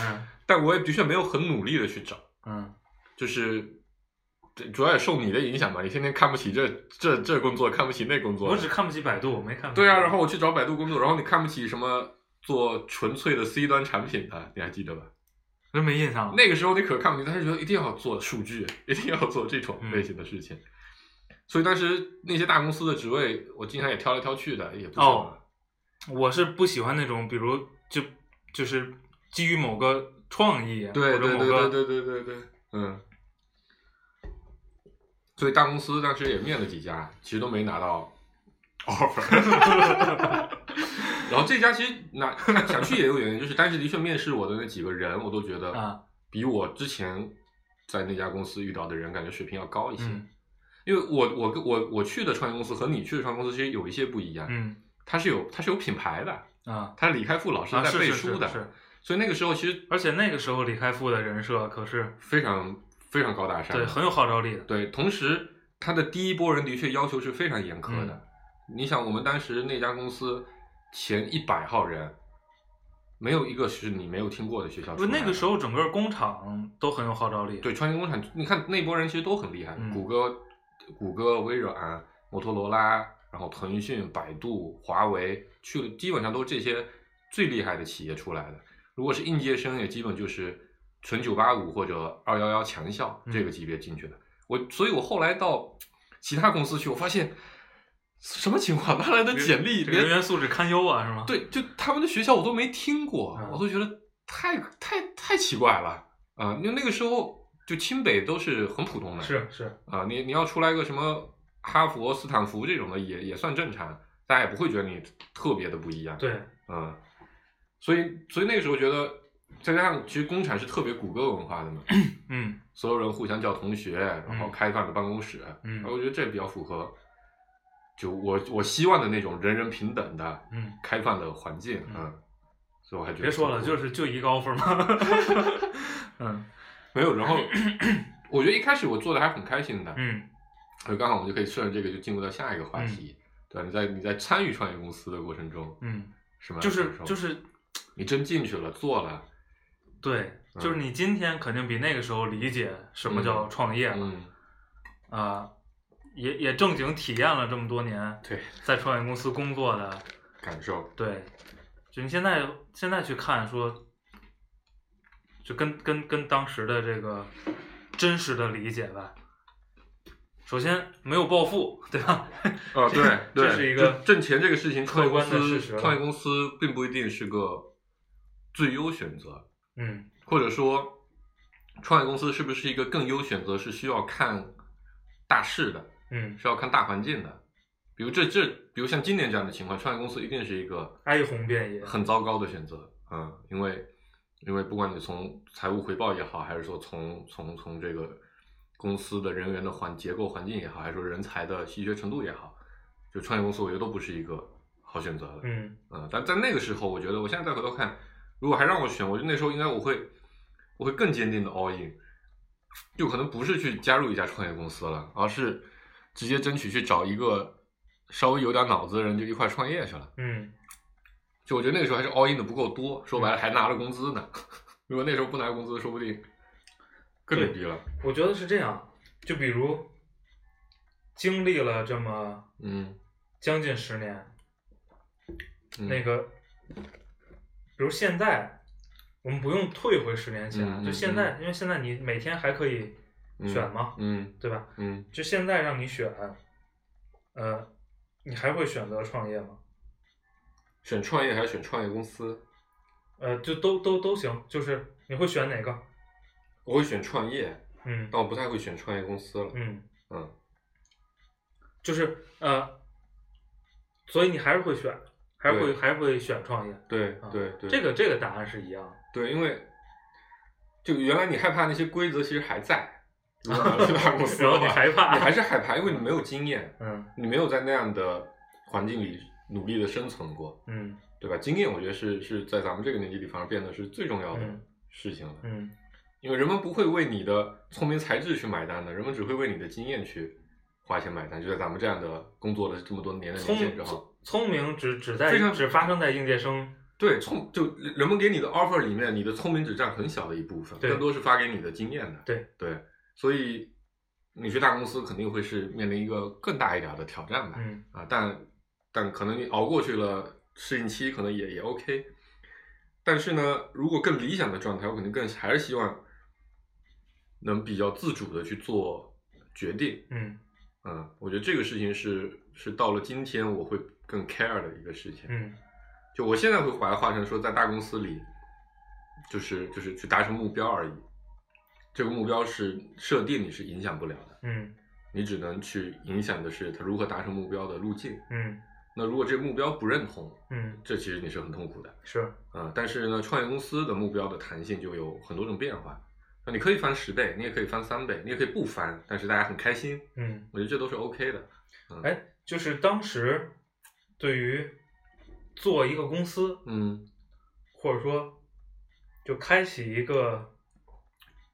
S2: 嗯
S3: 但我也的确没有很努力的去找，
S2: 嗯
S3: 就是这主要也受你的影响吧，你天天看不起这这这工作，看不起那工作，
S2: 我只看不起百度，我没看。
S3: 对啊，然后我去找百度工作，然后你看不起什么做纯粹的 C 端产品的，你还记得吧？
S2: 真没印象了。
S3: 那个时候你可看不起，但是觉得一定要做数据，一定要做这种
S2: 嗯
S3: 类型的事情。所以当时那些大公司的职位，我经常也挑来挑去的，也不
S2: 哦
S3: 行啊
S2: 我是不喜欢那种，比如就就是基于某个创意
S3: 对
S2: 或者
S3: 对
S2: 某
S3: 对对
S2: 个
S3: 对对对对，嗯。所以大公司当时也面了几家，其实都没
S2: (laughs)
S3: 拿到 offer。然后这家其实拿想去也有原因，就是但是的确面试我的那几个人，我都觉得
S2: 啊，
S3: 比我之前在那家公司遇到的人感觉水平要高一些。
S2: 嗯
S3: 因为我我跟我我去的创业公司和你去的创业公司其实有一些不一样，
S2: 嗯
S3: 它是有它是有品牌的，
S2: 啊
S3: 它是李开复老师
S2: 啊
S3: 在
S2: 是
S3: 背
S2: 是
S3: 书
S2: 是
S3: 的，
S2: 是，
S3: 所以那个时候其实
S2: 而且那个时候李开复的人设可是
S3: 非常非常高大上的，
S2: 对很有号召力的，
S3: 对，同时他的第一波人的确要求是非常严苛的。
S2: 嗯
S3: 你想，我们当时那家公司前一百号人，没有一个是你没有听过的学校出
S2: 不
S3: 来的。
S2: 那个时候整个工厂都很有号召力，
S3: 对创新工厂，你看那波人其实都很厉害，
S2: 嗯
S3: 谷歌、谷歌、微软、摩托罗拉，然后腾讯、百度、华为去了，基本上都是这些最厉害的企业出来的。如果是应届生，也基本就是纯九八五或者二幺幺强校
S2: 嗯
S3: 这个级别进去的。我，所以我后来到其他公司去，我发现什么情况？ (laughs) 他来的简历
S2: 这个人
S3: 连
S2: 员素质堪忧啊，是吗？
S3: 对，就他们的学校我都没听过，
S2: 嗯
S3: 我都觉得太太太奇怪了啊！因为那个时候就清北都是很普通的，
S2: 是是，
S3: 啊，你你要出来个什么哈佛、斯坦福这种的也也算正常，大家也不会觉得你特别的不一样，，
S2: 对，
S3: 嗯，所以所以那个时候觉得，再加上其实工厂是特别谷歌文化的嘛，
S2: 嗯
S3: 所有人互相叫同学，然后
S2: 嗯
S3: 开放的办公室，
S2: 嗯
S3: 我觉得这比较符合。就我我希望的那种人人平等的，
S2: 嗯，
S3: 开放的环境
S2: 嗯
S3: 啊、嗯所以我还觉得
S2: 别说
S3: 挺
S2: 了，
S3: 酷
S2: 就是就一个 offer
S3: (laughs)
S2: 嘛，嗯
S3: 没有。
S2: (clears throat)
S3: 然后我觉得一开始我做的还很开心的，
S2: 嗯
S3: 所以刚好我们就可以顺着这个就进入到下一个话题，对吧？你在你在参与创业公司的过程中，
S2: 嗯，
S3: 是吗？
S2: 就是
S3: 说
S2: 就是
S3: 你真进去了，做了，
S2: 对，就是你今天肯定比那个时候理解什么叫创业了
S3: 嗯嗯，
S2: 啊，也也正经体验了这么多年
S3: 对，
S2: 在创业公司工作的，
S3: 感受，
S2: 对，就你现在现在去看说，就跟跟跟当时的这个真实的理解吧。首先没有暴富，对吧？ (laughs)
S3: 哦，
S2: (laughs) 这
S3: 对，
S2: 这
S3: 对
S2: 是一个
S3: 就挣钱这个事情，创业公
S2: 客观的事实
S3: 司，
S2: 了
S3: 创业公司并不一定是个最优选择，
S2: 嗯
S3: 或者说，创业公司是不是一个更优选择，是需要看大势的，
S2: 嗯，
S3: 是要看大环境的。比如这这，比如像今年这样的情况，创业公司一定是一个
S2: 哀鸿遍野。
S3: 很糟糕的选择啊、嗯，因为因为不管你从财务回报也好，还是说从从从这个公司的人员的环结构环境也好，还是说人才的稀缺程度也好，就创业公司我觉得都不是一个好选择的。
S2: 嗯
S3: 嗯，但在那个时候，我觉得我现在再回头看，如果还让我选，我觉得那时候应该我会我会更坚定的 all in，就可能不是去加入一家创业公司了，而是直接争取去找一个稍微有点脑子的人就一块创业去了。
S2: 嗯
S3: 就我觉得那个时候还是 all in 的不够多，说白了还拿了工资呢。 (laughs) 如果那时候不拿工资，说不定更
S2: 对
S3: 牛逼了。
S2: 我觉得是这样。就比如经历了这么
S3: 嗯，
S2: 将近十年，
S3: 嗯
S2: 那个，比如现在，我们不用退回十年前，
S3: 嗯嗯
S2: 就现在，因为现在你每天还可以
S3: 嗯
S2: 选嘛，
S3: 嗯
S2: 对吧？
S3: 嗯
S2: 就现在让你选，呃，你还会选择创业吗？
S3: 选创业还是选创业公司？
S2: 呃，就都都都行，就是你会选哪个？
S3: 我会选创业，
S2: 嗯
S3: 但我不太会选创业公司了。
S2: 嗯，
S3: 嗯，
S2: 就是呃，所以你还是会选，还是会
S3: 对
S2: 还是会选创业。
S3: 对
S2: 啊
S3: 对对，
S2: 这个这个答案是一样的。
S3: 对，因为就原来你害怕那些规则，其实还在。如果 (laughs) 你去大公司
S2: 然后
S3: 的
S2: (laughs)
S3: 话，
S2: 你害怕，
S3: 你还是害怕，因为你没有经验，
S2: 嗯
S3: 你没有在那样的环境里努力的生存过。
S2: 嗯
S3: 对吧？经验我觉得是是在咱们这个年纪里反而变得是最重要的
S2: 嗯
S3: 事情了，
S2: 嗯
S3: 因为人们不会为你的聪明才智去买单的，人们只会为你的经验去花钱买单。就在咱们这样的工作了这么多年的年
S2: 聪
S3: 限
S2: 明
S3: 之后，
S2: 聪明只只在
S3: 非常
S2: 只发生在应届生
S3: 对，聪就人们给你的 offer 里面，你的聪明只占很小的一部分，
S2: 对
S3: 更多是发给你的经验的。
S2: 对
S3: 对，所以你去大公司肯定会是面临一个更大一点的挑战吧？
S2: 嗯
S3: 啊，但但可能你熬过去了，适应期可能也也 OK。但是呢，如果更理想的状态，我肯定更还是希望能比较自主的去做决定。
S2: 嗯
S3: 嗯，我觉得这个事情是是到了今天我会更 care 的一个事情。
S2: 嗯
S3: 就我现在会把它化成说，在大公司里，就是就是去达成目标而已。这个目标是设定你是影响不了的，
S2: 嗯
S3: 你只能去影响的是他如何达成目标的路径。
S2: 嗯
S3: 那如果这个目标不认同，
S2: 嗯，
S3: 这其实你是很痛苦的
S2: 是，
S3: 啊、但是呢，创业公司的目标的弹性就有很多种变化。那你可以翻十倍，你也可以翻三倍，你也可以不翻，但是大家很开心，
S2: 嗯。
S3: 我觉得这都是 OK 的。
S2: 哎，就是当时对于做一个公司，
S3: 嗯，
S2: 或者说就开启一个，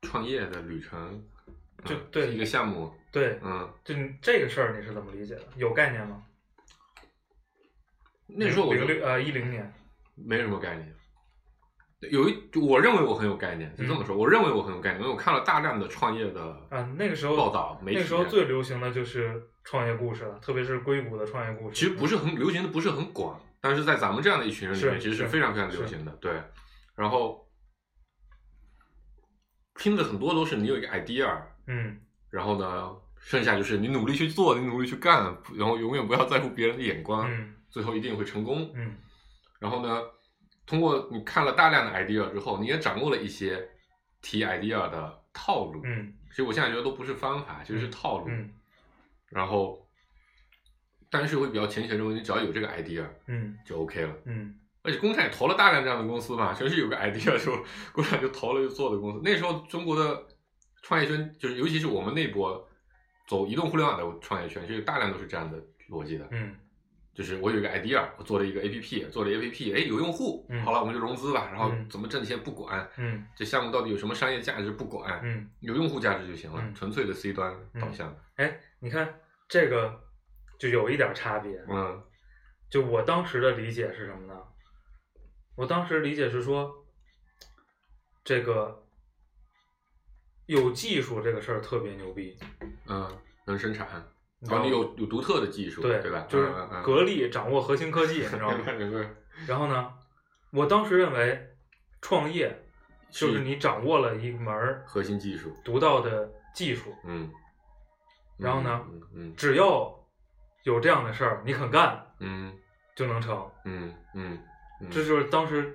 S3: 创业的旅程，啊
S2: 就对
S3: 是一个项目，
S2: 对，
S3: 嗯，
S2: 就你这个事儿你是怎么理解的？有概念吗？
S3: 那时候我
S2: 零
S3: 就
S2: 零呃一零年，
S3: 没什么概念。有一，我认为我很有概念，就这么说，我认为我很有概念，因为我看了大量的创业的
S2: 嗯啊那个时候
S3: 报道，媒
S2: 那
S3: 体啊
S2: 个时候最流行的就是创业故事了，特别是硅谷的创业故事。
S3: 其实不是很流行的，不是很广，但是在咱们这样的一群人里面，
S2: 是
S3: 其实是
S2: 是
S3: 非常非常流行的。对，然后听的很多都是你有一个 idea，
S2: 嗯
S3: 然后呢，剩下就是你努力去做，你努力去干，然后永远不要在乎别人的眼光，
S2: 嗯
S3: 最后一定会成功。
S2: 嗯
S3: 然后呢，通过你看了大量的 idea 之后，你也掌握了一些提 idea 的套路。
S2: 嗯
S3: 其实我现在觉得都不是方法，其实是套路。
S2: 嗯
S3: 然后，但是会比较浅显认为你只要有这个 idea
S2: 嗯
S3: 就 OK 了。
S2: 嗯
S3: 而且工厂也投了大量这样的公司嘛，全是有个 idea 就工厂就投了就做的公司。那时候中国的创业圈就是，尤其是我们那波走移动互联网的创业圈，其实大量都是这样的逻辑的。
S2: 嗯
S3: 就是我有一个 idea，我做了一个 APP，做了 APP，哎，有用户，
S2: 嗯
S3: 好了，我们就融资吧。然后
S2: 嗯
S3: 怎么挣钱不管，
S2: 嗯
S3: 这项目到底有什么商业价值不管，
S2: 嗯，
S3: 有用户价值就行了，
S2: 嗯
S3: 纯粹的 C 端导向。
S2: 哎，你看这个就有一点差别。
S3: 嗯
S2: 就我当时的理解是什么呢？我当时理解是说，这个有技术这个事儿特别牛逼，
S3: 嗯，能生产，
S2: 你知
S3: 然
S2: 道吗
S3: 后哦你有有独特的技术，
S2: 对
S3: 对吧？
S2: 就是
S3: 嗯嗯嗯
S2: 格力掌握核心科技，你知道
S3: 明
S2: 吗
S3: (laughs) 白？明白。
S2: 然后呢，我当时认为创业就是你掌握了一门儿
S3: 核心技术，
S2: 独到的技术，
S3: 嗯。
S2: 然后呢
S3: 嗯？嗯
S2: 只要有这样的事儿你肯干
S3: 嗯
S2: 就能成，
S3: 嗯嗯嗯，
S2: 这就是当时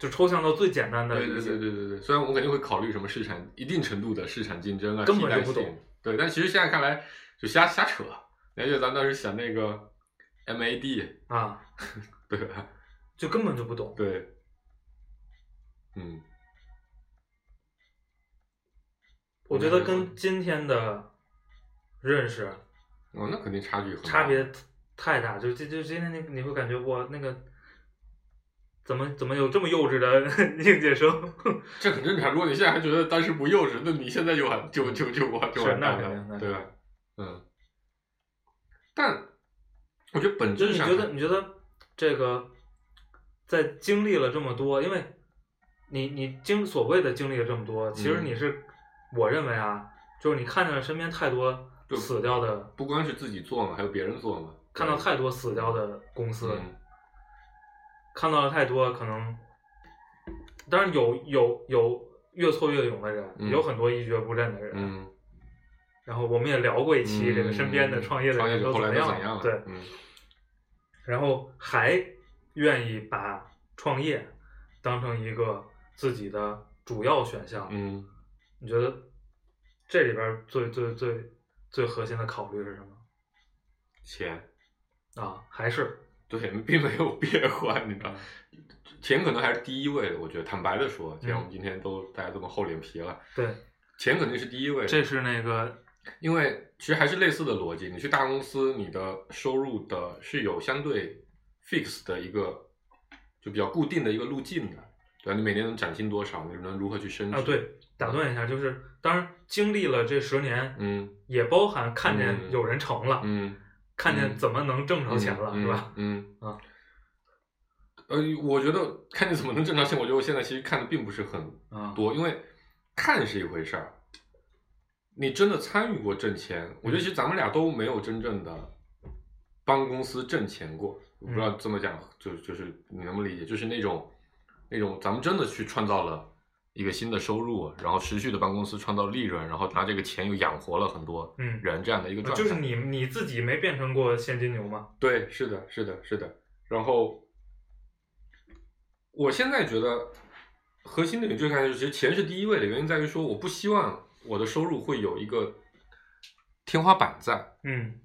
S2: 就抽象到最简单的
S3: 对
S2: 理
S3: 对
S2: 解
S3: 对。对对对。虽然我们肯定会考虑什么市场一定程度的市场竞争啊，
S2: 根本
S3: 替代
S2: 就不
S3: 性
S2: 懂。
S3: 对，但其实现在看来就瞎瞎扯。而且咱当时想那个 MAD，
S2: 啊，
S3: 对吧？
S2: 就根本就不懂。
S3: 对，嗯
S2: 我觉得跟今天的认识
S3: 哦，那肯定差距很大
S2: 差别太大，就就就今天你你会感觉哇，那个怎么怎么有这么幼稚的 (laughs) 应届生？
S3: 这很正常。如果你现在还觉得当时不幼稚，那你现在就完就就就完就完
S2: 是那
S3: 蛋
S2: 肯定
S3: 了，
S2: 那
S3: 对吧？嗯，但我觉得本
S2: 就
S3: 质
S2: 你
S3: 上
S2: 觉得你觉得这个在经历了这么多，因为你你经所谓的经历了这么多，其实
S3: 嗯
S2: 你是、我认为啊，就是你看见了身边太多
S3: 就
S2: 死掉的，
S3: 不光是自己做嘛，还有别人做嘛，
S2: 看到
S3: 对
S2: 太多死掉的公司。
S3: 嗯
S2: 看到了太多，可能，当然有有有越挫越勇的人，
S3: 嗯
S2: 有很多一蹶不振的人。
S3: 嗯，
S2: 然后我们也聊过一期这个身边的
S3: 嗯
S2: 创业的
S3: 创业
S2: 人
S3: 者
S2: 都
S3: 后
S2: 怎
S3: 来
S2: 么
S3: 都
S2: 样，
S3: 怎样了？
S2: 对，
S3: 嗯
S2: 然后还愿意把创业当成一个自己的主要选项。
S3: 嗯，
S2: 你觉得这里边最最最最核心的考虑是什么
S3: 钱
S2: 啊？还是
S3: 对，并没有变化，你知道吗，钱可能还是第一位的。我觉得坦白的说，既然我
S2: 嗯
S3: 们今天都大家这么厚脸皮了，
S2: 对，
S3: 钱肯定是第一位的。
S2: 这是那个
S3: 因为其实还是类似的逻辑，你去大公司，你的收入的是有相对 fix 的一个，就比较固定的一个路径的，对吧？你每年能涨薪多少，你能如何去升职？
S2: 啊，，对，打断一下，就是当然经历了这十年，
S3: 嗯
S2: 也包含看见
S3: 嗯
S2: 有人成了，
S3: 嗯，
S2: 看见怎么能挣着钱了， (laughs) 啊
S3: 嗯
S2: 是吧？？
S3: 嗯嗯
S2: 啊
S3: 呃，我觉得看你怎么能正常性，我觉得我现在其实看的并不是很
S2: 嗯，
S3: 多，因为看是一回事儿，你真的参与过挣钱，我觉
S2: 嗯
S3: 得其实咱们俩都没有真正的帮公司挣钱过，我不知
S2: 嗯
S3: 道这么讲就就是你能不能理解，就是那种那种咱们真的去创造了一个新的收入，然后持续的帮公司创造利润，然后拿这个钱又养活了很多
S2: 嗯
S3: 人这样的一个状态，
S2: 就是你你自己没变成过现金牛吗？
S3: 对，是的，是的，是的。然后，我现在觉得核心的一个最看就是，其实钱是第一位的，原因在于说，我不希望我的收入会有一个天花板在，
S2: 嗯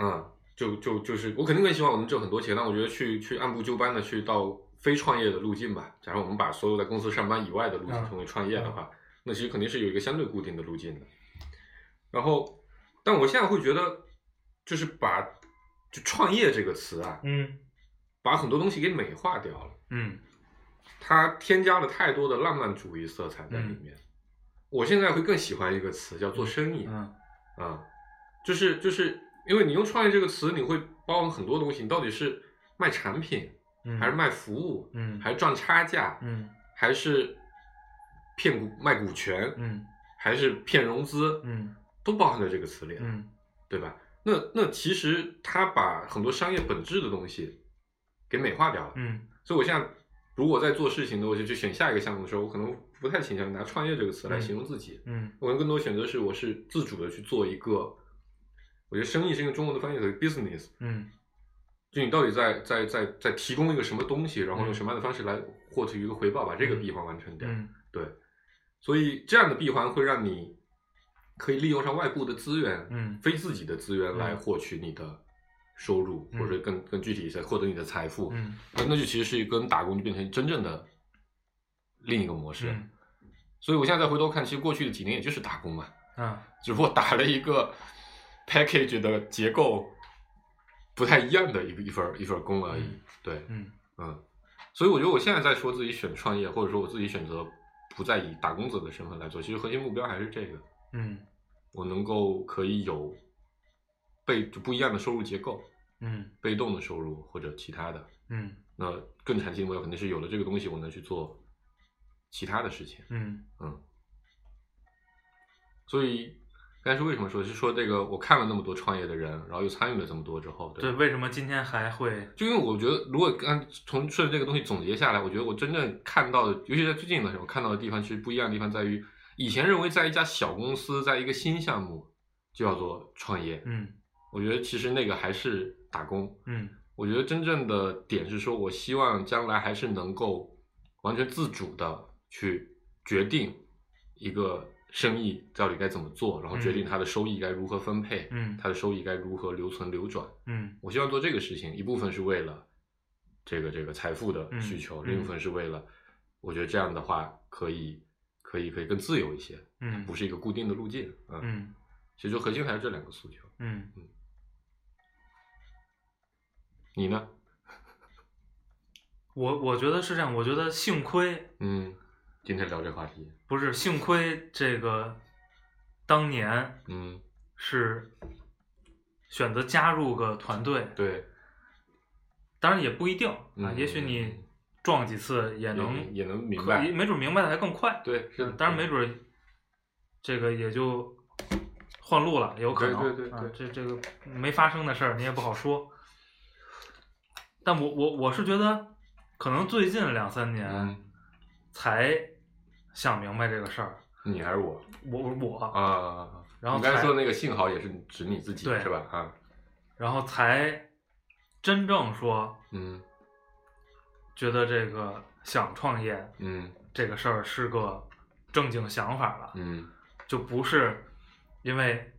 S3: 嗯，就就就是我肯定更希望我能挣很多钱，但我觉得去去按部就班的去到非创业的路径吧。假如我们把所有在公司上班以外的路径
S2: 嗯
S3: 称为创业的话，那其实肯定是有一个相对固定的路径的。然后，但我现在会觉得，就是把就创业这个词啊，
S2: 嗯
S3: 把很多东西给美化掉了，
S2: 嗯
S3: 它添加了太多的浪漫主义色彩在里面。我现在会更喜欢一个词叫做生意。
S2: 嗯嗯
S3: 啊，就是就是因为你用创业这个词，你会包含很多东西，你到底是卖产品，
S2: 嗯，
S3: 还是卖服务，
S2: 嗯
S3: 还是赚差价，
S2: 嗯
S3: 还是骗股卖股权，
S2: 嗯
S3: 还是骗融资，
S2: 嗯
S3: 都包含在这个词里了，
S2: 嗯
S3: 对吧？那那其实他把很多商业本质的东西给美化掉了，
S2: 嗯
S3: 所以我现在如果在做事情的，我就去选下一个项目的时候，我可能不太倾向于拿创业这个词来
S2: 嗯
S3: 形容自己，
S2: 嗯
S3: 我更多选择是我是自主的去做一个，我觉得生意是一个中文的翻译词，business，
S2: 嗯
S3: 就你到底在在在在提供一个什么东西，然后用
S2: 嗯
S3: 什么样的方式来获取一个回报，把这个
S2: 嗯
S3: 闭环完成掉。
S2: 嗯
S3: 对，所以这样的闭环会让你可以利用上外部的资源，
S2: 嗯
S3: 非自己的资源来
S2: 嗯
S3: 获取你的收入，
S2: 嗯
S3: 或者更更具体一些，获得你的财富。
S2: 嗯
S3: 那那就其实是跟打工就变成真正的另一个模式。
S2: 嗯
S3: 所以我现在再回头看，其实过去的几年也就是打工嘛。
S2: 啊
S3: 只不过打了一个 package 的结构不太一样的一个一份儿一份儿工而已。
S2: 嗯
S3: 对，
S2: 嗯
S3: 嗯，所以我觉得我现在在说自己选创业，或者说我自己选择不再以打工者的身份来做，其实核心目标还是这个，
S2: 嗯
S3: 我能够可以有被就不一样的收入结构，
S2: 嗯
S3: 被动的收入或者其他的。
S2: 嗯
S3: 那更长期的目标肯定是有了这个东西，我能去做其他的事情。
S2: 嗯
S3: 所以刚才是为什么说，是说这个我看了那么多创业的人，然后又参与了这么多之后，对吧
S2: 对，为什么今天还会
S3: 就因为我觉得，如果刚从顺着这个东西总结下来，我觉得我真正看到的，尤其在最近的时候看到的地方，其实不一样的地方在于，以前认为在一家小公司，在一个新项目就叫做创业，
S2: 嗯
S3: 我觉得其实那个还是打工。
S2: 嗯
S3: 我觉得真正的点是说，我希望将来还是能够完全自主的去决定一个生意到底该怎么做，然后决定它的收益该如何分配，
S2: 嗯
S3: 它的收益该如何留存流转。
S2: 嗯
S3: 我希望做这个事情，一部分是为了这个这个财富的需求，
S2: 嗯
S3: 另一部分是为了，我觉得这样的话可以可以可以更自由一些，
S2: 嗯
S3: 不是一个固定的路径啊。
S2: 嗯
S3: 其实就核心还是这两个诉求。
S2: 嗯，
S3: 你呢？
S2: 我我觉得是这样，我觉得幸亏
S3: 嗯，今天聊这话题，
S2: 不是幸亏这个当年
S3: 嗯，
S2: 是选择加入个团队，
S3: 对，
S2: 当然也不一定啊，
S3: 嗯
S2: 也许你撞几次也
S3: 也
S2: 能
S3: 也能明
S2: 可
S3: 白，
S2: 没准明白的还更快。
S3: 对，是的，
S2: 当然没准儿这个也就换路了，也有可能。
S3: 对对对
S2: 啊，这这个没发生的事儿你也不好说。但我我我是觉得，可能最近两三年
S3: 嗯，
S2: 才想明白这个事儿。
S3: 你还是我
S2: 我我我，
S3: 啊。
S2: 然后
S3: 你刚才
S2: 才
S3: 说的那个幸好也是指你自己
S2: 对
S3: 是吧？啊，
S2: 然后才真正说
S3: 嗯
S2: 觉得这个想创业
S3: 嗯
S2: 这个事儿是个正经想法了。
S3: 嗯
S2: 就不是因为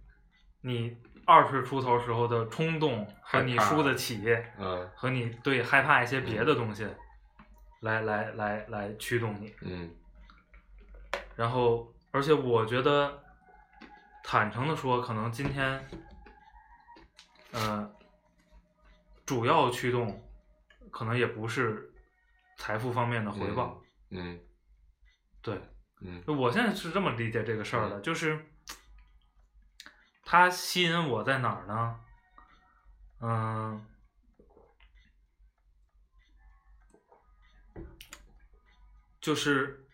S2: 你二十出头时候的冲动和你
S3: 害怕
S2: 输得起，
S3: 啊
S2: 和你对害怕一些别的东西来、来来来驱动你。
S3: 嗯
S2: 然后，而且我觉得，坦诚的说，可能今天，呃，主要驱动可能也不是财富方面的回报，
S3: 嗯
S2: 对。
S3: 嗯
S2: 我现在是这么理解这个事儿的，就是它吸引我在哪儿呢？嗯，就是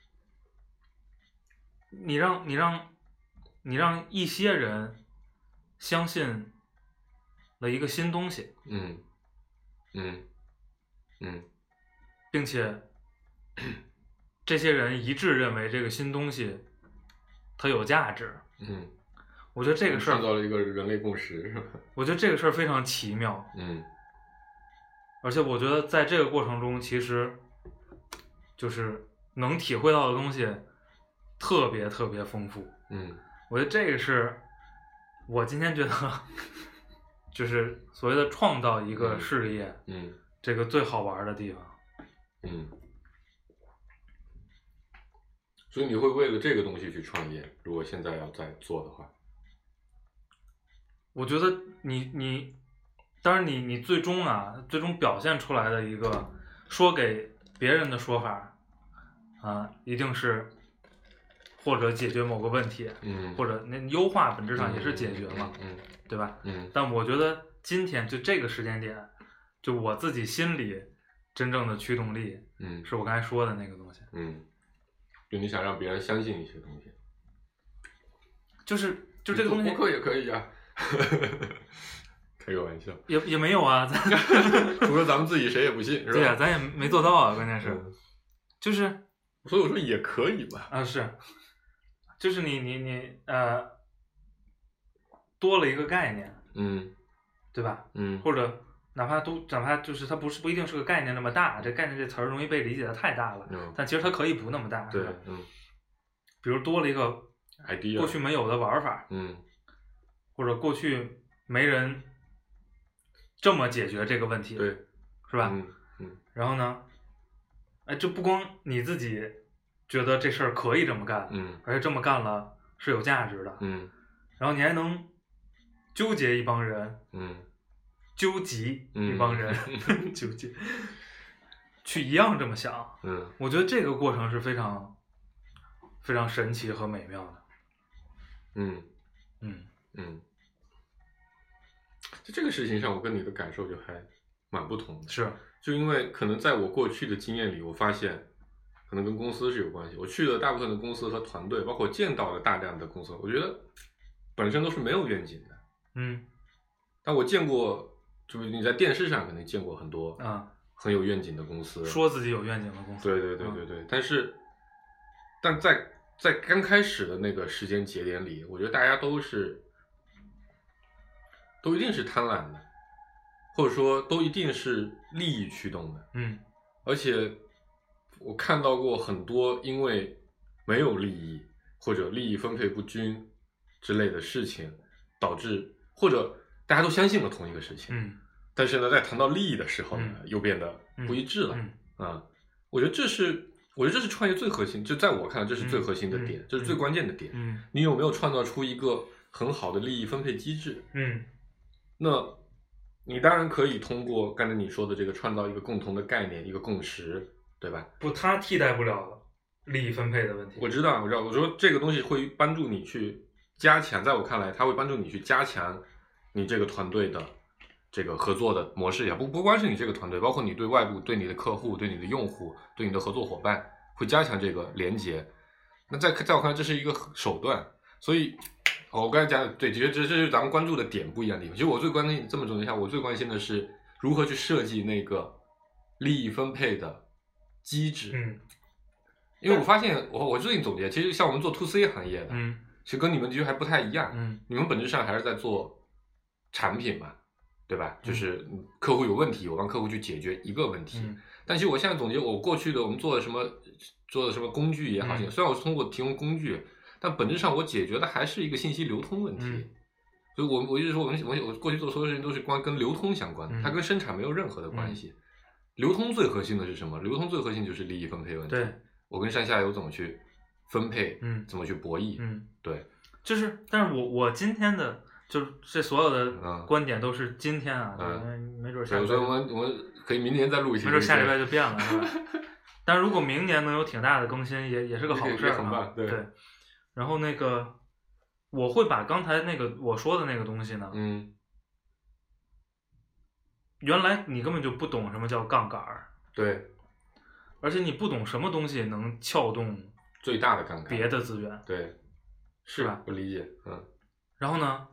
S2: 你让你让你让一些人相信了一个新东西，
S3: 嗯嗯嗯
S2: 并且这些人一致认为这个新东西它有价值。
S3: 嗯，
S2: 我觉得嗯这个事
S3: 创
S2: 儿，
S3: 造了一个人类共识，是吧？
S2: 我觉得这个事儿非常奇妙，
S3: 嗯
S2: 而且我觉得在这个过程中，其实就是能体会到的东西特别特别丰富。
S3: 嗯
S2: 我觉得这个是我今天觉得 (laughs) 就是所谓的创造一个
S3: 嗯
S2: 事业，
S3: 嗯
S2: 这个最好玩的地方。
S3: 嗯。所以你会为了这个东西去创业？如果现在要再做的话，
S2: 我觉得你你，当然你你最终啊，最终表现出来的一个说给别人的说法，啊，一定是或者解决某个问题，
S3: 嗯，
S2: 或
S3: 者
S2: 者那优化本质上也是解决嘛，
S3: 嗯
S2: 对吧？
S3: 嗯
S2: 但我觉得今天就这个时间点，就我自己心里真正的驱动力，
S3: 嗯
S2: 是我刚才说的那个东西，
S3: 嗯，就你想让别人相信一些东西，
S2: 就是就这个东西
S3: 做播客也可以啊，开个玩笑，
S2: 也也没有啊，咱
S3: 除了咱们自己谁也不信，是吧？
S2: 对呀、咱也没做到啊，关键是
S3: 嗯
S2: 就是。
S3: 所以我说也可以吧，
S2: 啊，是，就是你你你呃，多了一个概念，
S3: 嗯
S2: 对吧？
S3: 嗯
S2: 或者哪怕都哪怕就是它不是不一定是个概念那么大，这概念这词儿容易被理解的太大了，
S3: 嗯，
S2: 但其实它可以不那么大，是
S3: 对
S2: 吧，
S3: 嗯
S2: 比如多了一个
S3: ，idea，
S2: 过去没有的玩法，
S3: 嗯
S2: 或者过去没人这么解决这个问题，
S3: 对，
S2: 是吧？
S3: 嗯
S2: 然后呢，哎，这不光你自己觉得这事儿可以这么干，
S3: 嗯
S2: 而且这么干了是有价值的，
S3: 嗯
S2: 然后你还能纠结一帮人，
S3: 嗯
S2: 纠集一
S3: 嗯
S2: 帮人， (laughs) 纠结，去一样这么想。
S3: 嗯
S2: 我觉得这个过程是非常非常神奇和美妙的。
S3: 嗯
S2: 嗯，
S3: 嗯，在这个事情上，我跟你的感受就还蛮不同的，
S2: 是，
S3: 就因为可能在我过去的经验里，我发现。可能跟公司是有关系。我去的大部分的公司和团队，包括见到的大量的公司，我觉得本身都是没有愿景的。
S2: 嗯
S3: 但我见过，就是你在电视上肯定见过很多
S2: 啊，
S3: 很有愿景的公司，
S2: 说自己有愿景的公司，
S3: 对对对
S2: 嗯
S3: 对对，但是，但在在刚开始的那个时间节点里，我觉得大家都是，都一定是贪婪的，或者说都一定是利益驱动的，
S2: 嗯
S3: 而且我看到过很多因为没有利益或者利益分配不均之类的事情，导致或者大家都相信了同一个事情，
S2: 嗯
S3: 但是呢，在谈到利益的时候呢，
S2: 嗯
S3: 又变得不一致了。
S2: 嗯
S3: 啊、我觉得这是，我觉得这是创业最核心，就在我看来，这是最核心的点，
S2: 嗯嗯
S3: 这是最关键的点。
S2: 嗯
S3: 你有没有创造出一个很好的利益分配机制？
S2: 嗯
S3: 那你当然可以通过刚才你说的这个创造一个共同的概念、一个共识，对吧？
S2: 不，它替代不了利益分配的问题。
S3: 我知道，我知道，我说这个东西会帮助你去加强，在我看来，它会帮助你去加强你这个团队的这个合作的模式，也不不光是你这个团队，包括你对外部、对你的客户、对你的用户、对你的合作伙伴，会加强这个连接。那在在我看来，这是一个手段，所以。哦我刚才讲的对，其实这这是咱们关注的点不一样的地方。其实我最关心，这么总结一下，我最关心的是如何去设计那个利益分配的机制。
S2: 嗯
S3: 因为我发现，我我最近总结，其实像我们做 to C 行业的，
S2: 嗯
S3: 其实跟你们其实还不太一样。
S2: 嗯
S3: 你们本质上还是在做产品嘛，对
S2: 嗯
S3: 吧？就是客户有问题，我帮客户去解决一个问题。
S2: 嗯
S3: 但其实我现在总结，我过去的我们做的什么，做的什么工具也好，
S2: 嗯
S3: 虽然我是通过提供工具，但本质上我解决的还是一个信息流通问题。
S2: 嗯
S3: 所以我，我一直说，我们我我过去做所有事情都是关跟流通相关的，
S2: 嗯
S3: 它跟生产没有任何的关系。流通最核心的是什么？流通最核心就是利益分配问题。
S2: 对，
S3: 我跟上下游怎么去分配，
S2: 嗯
S3: 怎么去博弈，
S2: 嗯。
S3: 对，
S2: 就是，但是我我今天的就是这所有的
S3: 嗯
S2: 观点都是今天啊，
S3: 嗯
S2: 因为没准儿下
S3: 所以
S2: 礼
S3: 所以我
S2: 拜
S3: 们我们可以明年再录一期，
S2: 没准儿下礼拜就变了，
S3: (laughs)
S2: 是吧？但如果明年能有挺大的更新，也也是个好
S3: 也
S2: 事儿
S3: 也很
S2: 啊
S3: 棒。对
S2: 然后那个，我会把刚才那个我说的那个东西呢，
S3: 嗯
S2: 原来你根本就不懂什么叫杠杆儿，
S3: 对，
S2: 而且你不懂什么东西能撬动
S3: 最大的杠杆。
S2: 别的资源，
S3: 对，
S2: 是吧？
S3: 我理解，嗯，
S2: 然后呢，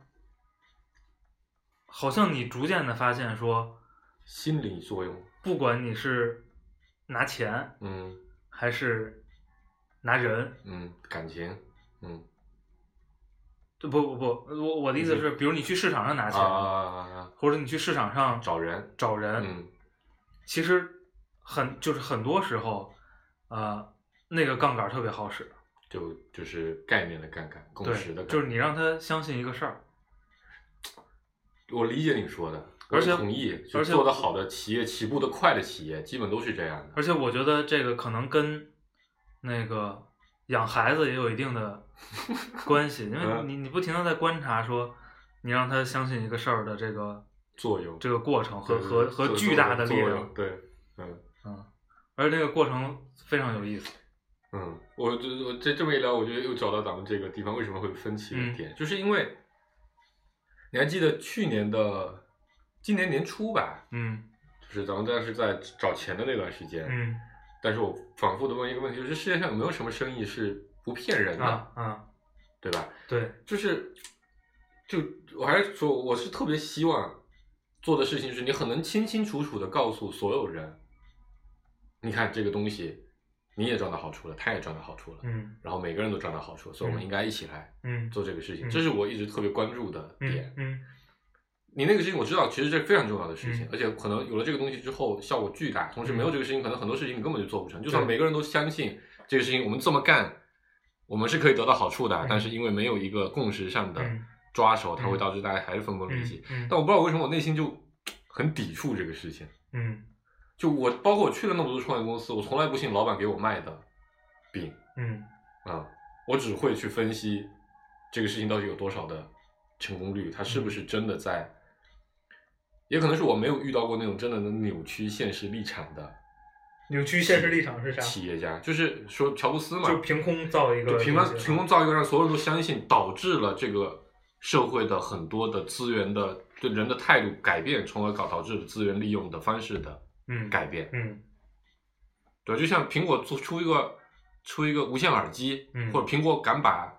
S2: 好像你逐渐的发现说，
S3: 心理作用，
S2: 不管你是拿钱
S3: 嗯
S2: 还是拿人，
S3: 嗯，感情，嗯
S2: 对不不不，我我的意思是，比如你去市场上拿
S3: 啊
S2: 钱，
S3: 啊啊啊啊，
S2: 或者你去市场上
S3: 找人，
S2: 找人，
S3: 嗯
S2: 其实很就是很多时候，呃，那个杠杆特别好使，
S3: 就就是概念的杠杆，共识的
S2: 对，
S3: 杠杆，
S2: 就是你让他相信一个事儿，
S3: 我理解你说的，
S2: 而且
S3: 我同意，就
S2: 而且
S3: 做得好的企业，起步得快的企业，基本都是这样的。
S2: 而且我觉得这个可能跟那个养孩子也有一定的关系，因为
S3: 嗯
S2: 你你不停的在观察说，你让他相信一个事儿的这个
S3: 作用
S2: 这个过程和
S3: 对
S2: 和
S3: 作
S2: 和
S3: 用
S2: 巨大的力
S3: 作用
S2: 量，
S3: 对，嗯
S2: 嗯，而这个过程非常有意思，
S3: 嗯，我这我这这么一聊，我觉得又找到咱们这个地方为什么会分歧的
S2: 嗯
S3: 点，就是因为你还记得去年的今年年初吧，
S2: 嗯
S3: 就是咱们当时在找钱的那段时间，
S2: 嗯
S3: 但是我反复的问一个问题，就是世界上有没有什么生意是不骗人的，
S2: 啊啊，
S3: 对吧？
S2: 对，
S3: 就是，就我还是说，我是特别希望做的事情是你很能清清楚楚的告诉所有人，你看这个东西，你也赚到好处了，他也赚到好处了，
S2: 嗯
S3: 然后每个人都赚到好处，所以我们
S2: 嗯
S3: 应该一起来
S2: 嗯
S3: 做这个事情，
S2: 嗯
S3: 这是我一直特别关注的点。
S2: 嗯嗯
S3: 你那个事情我知道，其实这非常重要的事情，
S2: 嗯
S3: 而且可能有了这个东西之后效果巨大。同时没有这个事情，可能很多事情你根本就做不成。就算每个人都相信这个事情，我们这么干，我们是可以得到好处的，
S2: 嗯
S3: 但是因为没有一个共识上的
S2: 嗯
S3: 抓手，它
S2: 嗯
S3: 会导致大家还是分崩离析。
S2: 嗯
S3: 但我不知道为什么我内心就很抵触这个事情。
S2: 嗯
S3: 就我包括我去了那么多创业公司，我从来不信老板给我卖的饼
S2: 嗯
S3: 啊、我只会去分析这个事情到底有多少的成功率，它是
S2: 嗯
S3: 不是真的在，也可能是我没有遇到过那种真的能扭曲现实立场的
S2: 扭曲现实立场是啥？啊
S3: 企业家，就是说乔布斯嘛，
S2: 就凭空造一个
S3: 就凭空
S2: 东西
S3: 凭空造一个让所有人都相信，导致了这个社会的很多的资源的对人的态度改变，从而搞导致资源利用的方式的
S2: 嗯
S3: 改变。
S2: 嗯
S3: 对，就像苹果做出一个出一个无线耳机，
S2: 嗯
S3: 或者苹果敢把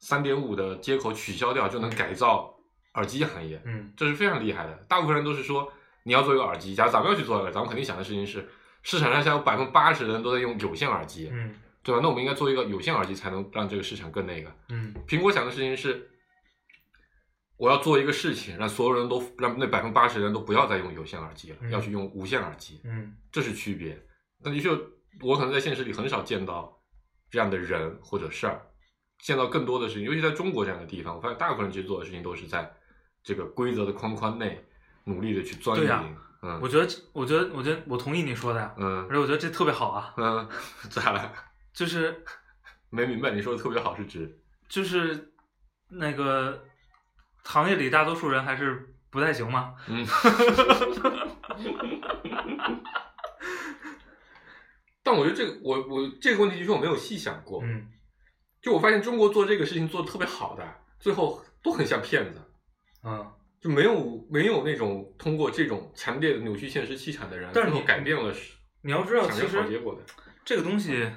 S3: 三点五的接口取消掉，就能改造耳机行业，
S2: 嗯
S3: 这是非常厉害的。大部分人都是说你要做一个耳机，假如咱们要去做一个，咱们肯定想的事情是，市场上现在有百分之八十的人都在用有线耳机，
S2: 嗯
S3: 对吧？那我们应该做一个有线耳机，才能让这个市场更那个。
S2: 嗯
S3: 苹果想的事情是，我要做一个事情，让所有人都让那百分之八十的人都不要再用有线耳机了，
S2: 嗯
S3: 要去用无线耳机。
S2: 嗯
S3: 这是区别。那的确，我可能在现实里很少见到这样的人或者事儿，见到更多的事情，尤其在中国这样的地方，我发现大部分人其实做的事情都是在这个规则的框框内努力的去钻
S2: 对
S3: 研。
S2: 呀我
S3: 嗯
S2: 觉得这，我觉得，我觉得，我同意你说的呀。啊而
S3: 嗯
S2: 且我觉得这特别好啊，
S3: 嗯，咋了？
S2: 就是
S3: 没明白你说的特别好是指
S2: 就是那个行业里大多数人还是不太行嘛。
S3: 嗯。但我觉得这个，我我这个问题的确我没有细想过。
S2: 嗯，
S3: 就我发现中国做这个事情做的特别好的，最后都很像骗子。
S2: 嗯，
S3: 就没有没有那种通过这种强烈的扭曲现实气场的人，
S2: 但是
S3: 最后
S2: 你
S3: 改变了是
S2: 你要知道，
S3: 想
S2: 其
S3: 要好结
S2: 实
S3: 果的
S2: 这个东西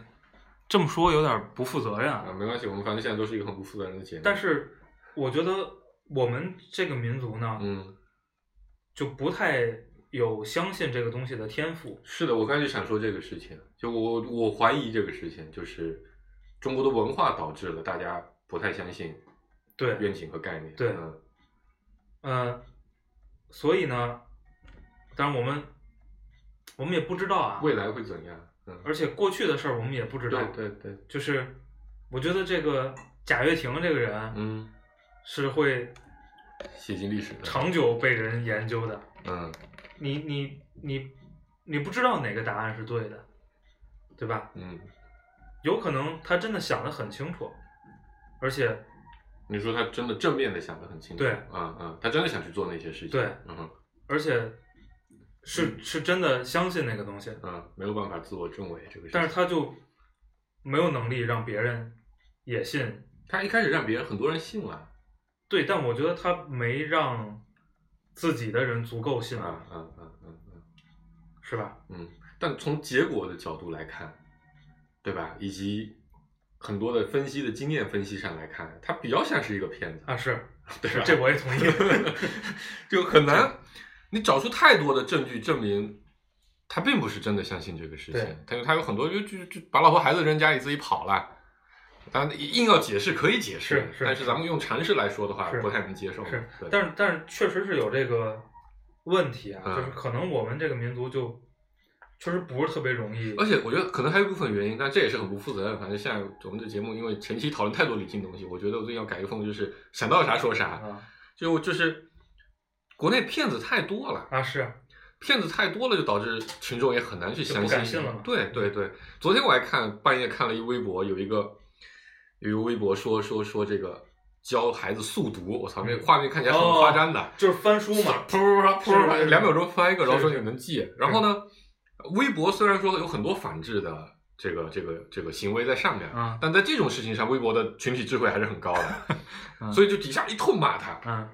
S2: 这么说有点不负责任
S3: 啊，
S2: 啊。
S3: 没关系，我们反正现在都是一个很不负责任的节目。
S2: 但是我觉得我们这个民族呢，
S3: 嗯，
S2: 就不太有相信这个东西的天赋。
S3: 是的，我刚才就想说这个事情，就我我怀疑这个事情就是中国的文化导致了大家不太相信
S2: 对，
S3: 愿景和概念。
S2: 对
S3: 嗯
S2: 呃，所以呢，当然我们我们也不知道啊，
S3: 未来会怎样？嗯，
S2: 而且过去的事儿我们也不知道
S3: 对。对对，
S2: 就是我觉得这个贾跃亭这个人啊
S3: 嗯，
S2: 是会
S3: 写进历史的。
S2: 长久被人研究的。
S3: 嗯
S2: 你你你你不知道哪个答案是对的，对吧？
S3: 嗯，
S2: 有可能他真的想得很清楚，而且
S3: 你说他真的正面的想得很清楚。
S2: 对
S3: 嗯嗯，他真的想去做那些事情。
S2: 对
S3: 嗯哼
S2: 而且是是真的相信那个东西，
S3: 嗯，没有办法自我证伪这个事情。
S2: 但是他就没有能力让别人也信。
S3: 他一开始让别人很多人信了
S2: 对，但我觉得他没让自己的人足够信，
S3: 啊啊啊啊啊！
S2: 是吧？
S3: 嗯，但从结果的角度来看，对吧？以及很多的分析的经验分析上来看，它比较像是一个骗子，
S2: 啊，
S3: (laughs)
S2: 是，
S3: 对
S2: 是
S3: 吧？
S2: 这我也同意。
S3: (laughs) 就很难，你找出太多的证据证明他并不是真的相信这个事
S2: 对
S3: 情，他因为他有很多就就就把老婆孩子扔家里自己跑了。当然，硬要解释可以解释，
S2: 是是
S3: 但是咱们用常识来说的话
S2: 是，
S3: 不太能接受。
S2: 是
S3: 对，
S2: 但是但是确实是有这个问题啊，
S3: 嗯
S2: 就是可能我们这个民族就确实不是特别容易。
S3: 而且我觉得可能还有一部分原因，但这也是很不负责任。反正现在我们这节目因为前期讨论太多理性的东西，我觉得我最近要改一个风格，就是想到啥说啥。
S2: 啊
S3: 就就是国内骗子太多了，
S2: 啊是
S3: 骗子太多了，就导致群众也很难去相
S2: 就不
S3: 信。
S2: 敢信了嘛嗯
S3: 对对对，昨天我还看半夜看了一微博，有一个有一个微博说说说这个教孩子速读，我操，那个画面看起来很
S2: 哦
S3: 夸张的，
S2: 就是翻书嘛，
S3: 噗噗噗
S2: 是
S3: 噗
S2: 是
S3: 噗，
S2: 是
S3: 两秒钟翻一个，
S2: 是
S3: 然后说
S2: 是
S3: 你能记。然后呢，微博虽然说有很多反制的这个这个这个行为在上面，
S2: 嗯
S3: 但在这种事情上，微博的群体智慧还是很高
S2: 嗯
S3: 的，所以就底下一通骂他，
S2: 嗯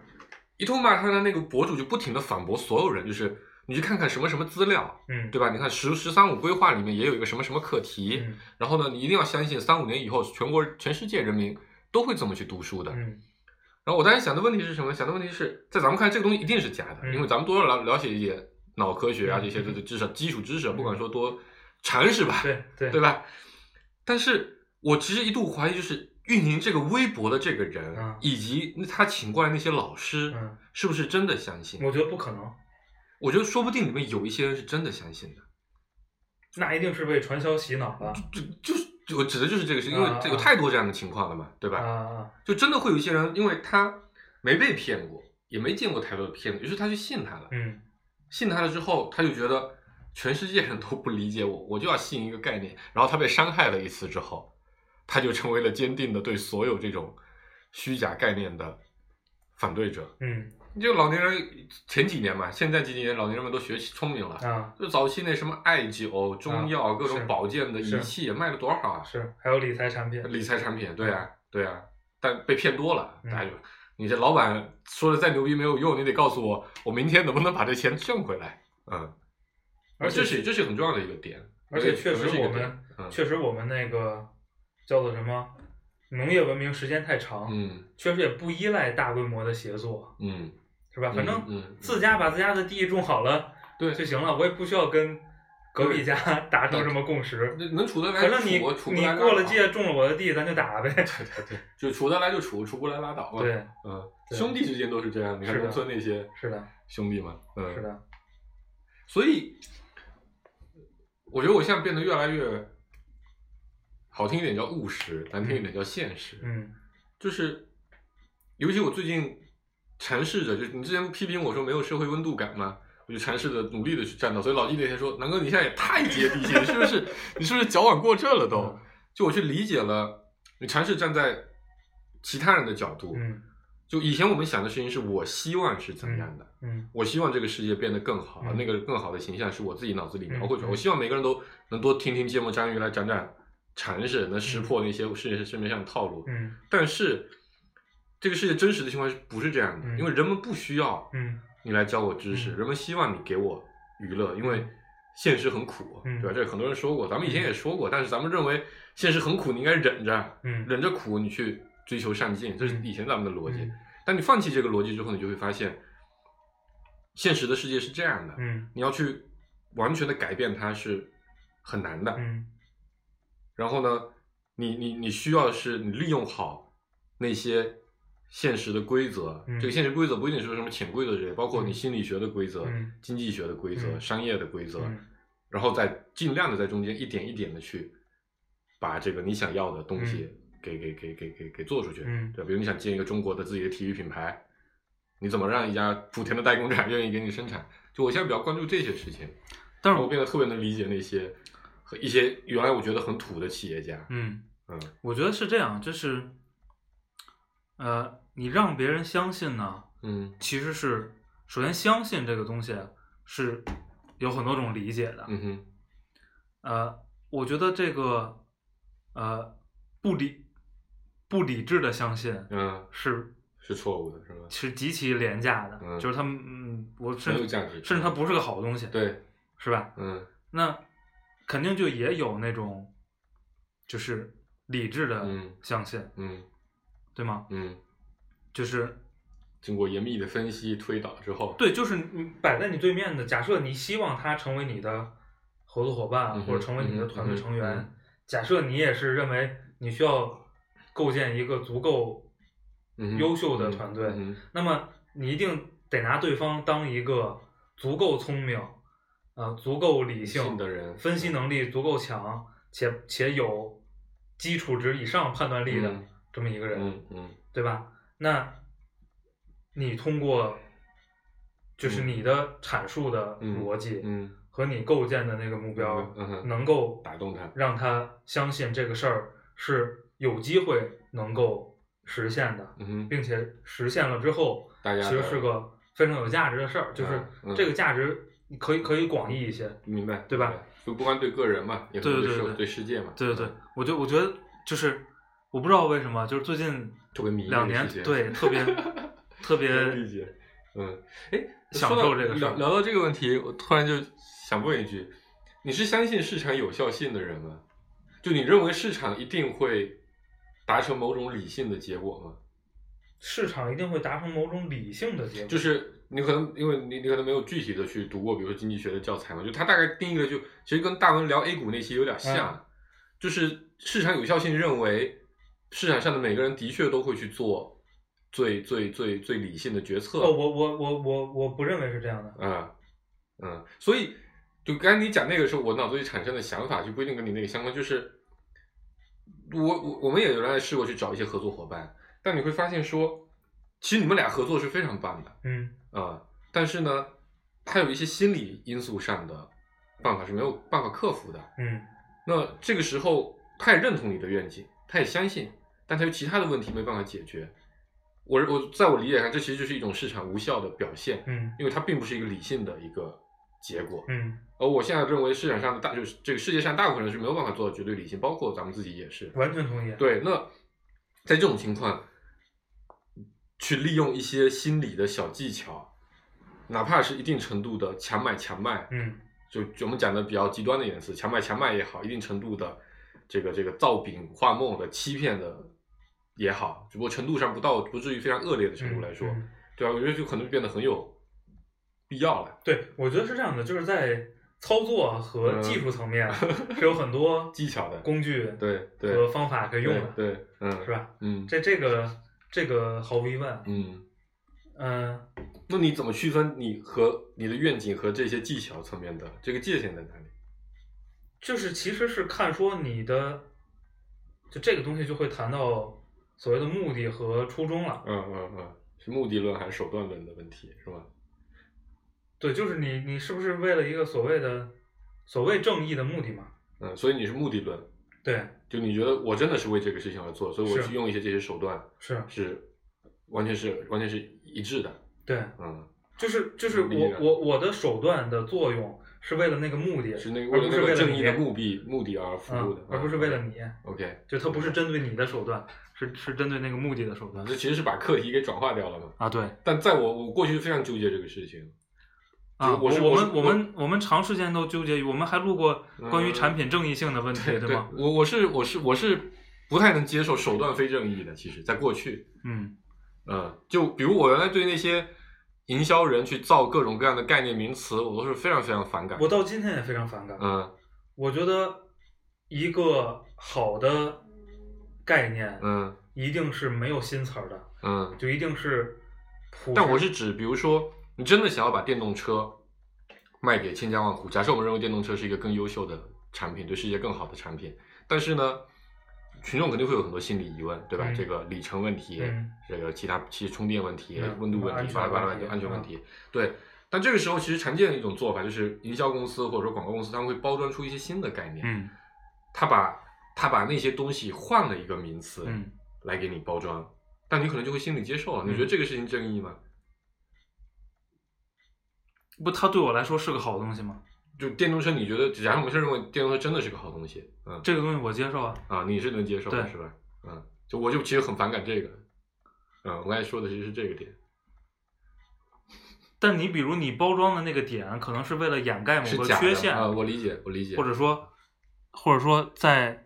S3: 一通骂他的那个博主就不停的反驳所有人，就是你去看看什么什么资料，
S2: 嗯
S3: 对吧？你看十“十三五”规划里面也有一个什么什么课题，
S2: 嗯
S3: 然后呢，你一定要相信三五年以后，全国全世界人民都会这么去读书的。
S2: 嗯
S3: 然后我当时想的问题是什么？想的问题是在咱们看来，这个东西一定是假的，
S2: 嗯
S3: 因为咱们多少了了解一些脑科学啊
S2: 嗯
S3: 这些
S2: 嗯
S3: 这这知识、基础知识，
S2: 嗯
S3: 不管说多常识吧，
S2: 对对
S3: 对吧？但是我其实一度怀疑，就是运营这个微博的这个人，
S2: 嗯
S3: 以及那他请过来那些老师，
S2: 嗯，
S3: 是不是真的相信？
S2: 我觉得不可能，
S3: 我觉得说不定里面有一些人是真的相信的，
S2: 那一定是被传销洗脑了
S3: 就就是我指的就是这个事，因为
S2: 啊
S3: 这有太多这样的情况了嘛，对
S2: 啊
S3: 吧？
S2: 啊
S3: 就真的会有一些人，因为他没被骗过，也没见过太多的骗子，于是他去信他了。
S2: 嗯
S3: 信他了之后，他就觉得全世界人都不理解我，我就要信一个概念。然后他被伤害了一次之后，他就成为了坚定的对所有这种虚假概念的反对者。
S2: 嗯
S3: 就老年人前几年嘛，现在这几年老年人们都学聪明了，
S2: 啊
S3: 就早期那什么艾灸、中药、各
S2: 是
S3: 种保健的
S2: 是
S3: 仪器卖了多少啊？
S2: 是，还有理财产品，
S3: 理财产品，对啊，对啊，但被骗多了，
S2: 嗯
S3: 大家就你这老板说的再牛逼没有用，你得告诉我，我明天能不能把这钱挣回来？嗯，
S2: 而且
S3: 这是这是很重要的一个点，
S2: 而且确实
S3: 可能是一
S2: 我
S3: 个
S2: 们
S3: 点嗯
S2: 确实我们那个叫做什么农业文明时间太长，
S3: 嗯
S2: 确实也不依赖大规模的协作，
S3: 嗯，
S2: 是吧？
S3: 嗯
S2: 反正
S3: 嗯
S2: 自家把自家的地种好了
S3: 对，
S2: 就行了，我也不需要跟隔壁家达成什么共识。
S3: 那能处得来
S2: 反
S3: 就
S2: 正你
S3: 处，处不来
S2: 你
S3: 拉
S2: 过了
S3: 倒，
S2: 界，种了我的地，咱就打呗。
S3: (laughs) 对对对，就处得来就处，处不来拉倒嘛。，
S2: 对，
S3: 嗯，
S2: 对
S3: 兄弟之间都是这样，你看
S2: 是的
S3: 农村那些
S2: 是的，
S3: 兄弟嘛，嗯，
S2: 是的，
S3: 所以，我觉得我现在变得越来越好听一点叫务实，难听一点叫现实。
S2: 嗯
S3: 就是，尤其我最近尝试着，就是你之前批评我说没有社会温度感嘛，我就尝试着努力的去站到。所以老季那天说：“南哥，你现在也太接地气了，是不是？你是不是矫枉过正了都
S2: 嗯？”
S3: 就我去理解了，你尝试站在其他人的角度。
S2: 嗯
S3: 就以前我们想的事情是我希望是怎么样的，
S2: 嗯
S3: 我希望这个世界变得更好，
S2: 嗯
S3: 那个更好的形象是我自己脑子里描绘出来。
S2: 嗯嗯
S3: 我希望每个人都能多听听芥末章鱼来长长常识，能识破那些世界市面上的套路。
S2: 嗯
S3: 但是，这个世界真实的情况是不是这样的？
S2: 嗯
S3: 因为人们不需要
S2: 嗯
S3: 你来教我知识，
S2: 嗯
S3: 人们希望你给我娱乐，因为现实很苦，
S2: 嗯
S3: 对吧？这个很多人说过，咱们以前也说过，但是咱们认为现实很苦，你应该忍着，
S2: 嗯，
S3: 忍着苦你去追求上进，这是
S2: 嗯
S3: 以前咱们的逻辑。
S2: 嗯
S3: 当你放弃这个逻辑之后，你就会发现，现实的世界是这样的，
S2: 嗯
S3: 你要去完全的改变它是很难的。
S2: 嗯
S3: 然后呢，你你你需要是你利用好那些现实的规则，
S2: 嗯
S3: 这个现实规则不一定是什么潜规则之类，包括你
S2: 嗯
S3: 心理学的规则、
S2: 嗯
S3: 经济学的规则、
S2: 嗯
S3: 商业的规则，
S2: 嗯
S3: 然后再尽量的在中间一点一点的去把这个你想要的东西给、给给给给给做出去，
S2: 嗯
S3: 对吧，比如你想建一个中国的自己的体育品牌，你怎么让一家莆田的代工厂 (laughs) 愿意给你生产？就我现在比较关注这些事情，
S2: 但
S3: 我变得特别能理解那些和一些原来我觉得很土的企业家，
S2: 嗯。
S3: 嗯
S2: 我觉得是这样，就是，呃，你让别人相信呢，
S3: 嗯
S2: 其实是首先相信这个东西是有很多种理解的。
S3: 嗯哼
S2: 呃，我觉得这个呃不理不理智的相信
S3: 嗯，
S2: 是
S3: 是错误的，是吧？
S2: 是极其廉价的，
S3: 嗯
S2: 就是他们嗯，我甚
S3: 很有
S2: 至
S3: 价值，
S2: 甚至它不是个好东西，
S3: 对，
S2: 是吧？
S3: 嗯
S2: 那肯定就也有那种就是理智的
S3: 嗯
S2: 相信，
S3: 嗯
S2: 对吗？
S3: 嗯，
S2: 就是
S3: 经过严密的分析推导之后，
S2: 对，就是你摆在你对面的，假设你希望他成为你的合作伙伴，
S3: 嗯哼
S2: 或者成为你的团队成员，
S3: 嗯哼嗯
S2: 假设你也是认为你需要构建一个足够
S3: 嗯哼
S2: 优秀的团队，
S3: 嗯
S2: 那么你一定得拿对方当一个足够聪明，呃，足够理
S3: 理
S2: 性
S3: 性的人嗯
S2: 分析能力足够强，且且有基础值以上判断力的
S3: 嗯
S2: 这么一个人，
S3: 嗯嗯
S2: 对吧？那你通过就是
S3: 嗯
S2: 你的阐述的
S3: 嗯
S2: 逻辑
S3: 嗯，
S2: 和你构建的那个目标，
S3: 嗯哼
S2: 能够
S3: 打动他，
S2: 让他相信这个事儿是有机会能够实现的，
S3: 嗯哼，
S2: 并且实现了之后，
S3: 大家
S2: 其实是个非常有价值的事儿，就是
S3: 啊嗯
S2: 这个价值可以可以广义一些。
S3: 明白
S2: 对吧？
S3: 明白就不光对个人嘛，也是
S2: 对对对
S3: 社
S2: 对
S3: 对世界嘛，
S2: 对对对，我觉得我觉得就是我不知道为什么，就是最近
S3: 特别迷恋
S2: 两年
S3: 世界
S2: 对特
S3: (laughs)
S2: 别特别
S3: 能 (laughs) 理解，嗯，哎，
S2: 享
S3: 说到
S2: 受这个事儿
S3: 聊聊到这个问题，我突然就想问一句：你是相信市场有效性的人吗？就你认为市场一定会达成某种理性的结果吗？
S2: 市场一定会达成某种理性的结果，哦
S3: 就是你可能因为你你可能没有具体的去读过，比如说经济学的教材嘛，就它大概定义了就，其实跟大文聊 A 股那期有点像，就是市场有效性认为市场上的每个人的确都会去做最最最最理性的决策。
S2: 哦，我我我我我不认为是这样的。
S3: 嗯，嗯，所以就刚才你讲那个时候，我脑子里产生的想法就不一定跟你那个相关，就是我我我们也原来试过去找一些合作伙伴，但你会发现说，其实你们俩合作是非常棒的
S2: 嗯
S3: 啊、但是呢，它有一些心理因素上的办法是没有办法克服的。
S2: 嗯
S3: 那这个时候，他也认同你的愿景，他也相信，但他有其他的问题没办法解决。我我在我理解上，这其实就是一种市场无效的表现。
S2: 嗯
S3: 因为它并不是一个理性的一个结果。
S2: 嗯，
S3: 而我现在认为市场上的大，就是这个世界上大部分人是没有办法做到绝对理性，包括咱们自己也是。
S2: 完全同意。
S3: 对，那在这种情况，去利用一些心理的小技巧，哪怕是一定程度的强买强卖，
S2: 嗯
S3: 就就我们讲的比较极端的一点词，强买强卖也好，一定程度的这个这个造饼画梦的欺骗的也好，只不过程度上不到不至于非常恶劣的程度来说，
S2: 嗯嗯
S3: 对吧、啊我觉得就可能变得很有必要了。
S2: 对，我觉得是这样的，就是在操作啊和
S3: 嗯
S2: 技术层
S3: (laughs)
S2: 面啊是有很多
S3: 技巧的，
S2: 工具
S3: 对对，
S2: 和方法可以用
S3: 对
S2: 的，
S3: 对，嗯
S2: 是吧？
S3: 嗯
S2: 这这个这个毫无疑问。
S3: 嗯，
S2: 嗯，
S3: 那你怎么区分你和你的愿景和这些技巧层面的这个界限在哪里？
S2: 就是其实是看说你的，就这个东西就会谈到所谓的目的和初衷了。
S3: 嗯嗯嗯，是目的论还是手段论的问题是吧？
S2: 对，就是你你是不是为了一个所谓的所谓正义的目的嘛？
S3: 嗯，所以你是目的论，
S2: 对，
S3: 就你觉得我真的是为这个事情而做，所以我
S2: 是
S3: 去用一些这些手段
S2: 是
S3: 是完全是完全是一致的。
S2: 对，
S3: 嗯，
S2: 就是就是
S3: 理解
S2: 我我我的手段的作用是为了那个目的，
S3: 是那个
S2: 而
S3: 为
S2: 不
S3: 了
S2: 是为
S3: 那个
S2: 了
S3: 正义的
S2: 你
S3: 目的目的而服务的啊
S2: 嗯，，而不是为了。你，
S3: OK，
S2: 就它不是针对你的手段，是是针对那个目的的手段
S3: 这其实是把课题给转化掉了嘛。
S2: 啊，对
S3: 但在我我过去非常纠结这个事情，
S2: 啊，
S3: 我
S2: 我
S3: 是我
S2: 我
S3: 是
S2: 们我们我们长时间都纠结于，我们还录过关于
S3: 嗯
S2: 产品正义性的问题，对吗？
S3: 我我是我是我是不太能接受手段非正义的。其实，在过去，
S2: 嗯
S3: 嗯，就比如我原来对那些营销人去造各种各样的概念名词，我都是非常非常反感。
S2: 我到今天也非常反感，
S3: 嗯
S2: 我觉得一个好的概念
S3: 嗯
S2: 一定是没有新词儿的，
S3: 嗯，
S2: 就一定是朴实，
S3: 但我是指，比如说，你真的想要把电动车卖给千家万户，假设我们认为电动车是一个更优秀的产品，对世界更好的产品，但是呢，群众肯定会有很多心理疑问，对吧？
S2: 嗯
S3: 这个里程问题，
S2: 嗯
S3: 这个其他其实充电问题、
S2: 嗯
S3: 温度问
S2: 安
S3: 题、
S2: 全
S3: 巴拉巴拉
S2: 问题
S3: 就安全问
S2: 嗯
S3: 题，对。但这个时候，其实常见的一种做法就是，营销公司或者说广告公司，他们会包装出一些新的概念，
S2: 嗯
S3: 他把他把那些东西换了一个名词
S2: 嗯
S3: 来给你包装，但你可能就会心里接受了。你
S2: 嗯
S3: 觉得这个事情正义吗？
S2: 不，它对我来说是个好东西吗？
S3: 就电动车，你觉得，假如我们是认为电动车真的是个好东西，嗯
S2: 这个东西我接受啊，
S3: 啊，你是能接受的
S2: 对
S3: 是吧？嗯，就我就其实很反感这个，嗯，我刚才说的其实是这个点，
S2: 但你比如你包装的那个点，可能是为了掩盖某
S3: 是
S2: 个
S3: 假的
S2: 缺陷，
S3: 啊，我理解，我理解，
S2: 或者说或者说在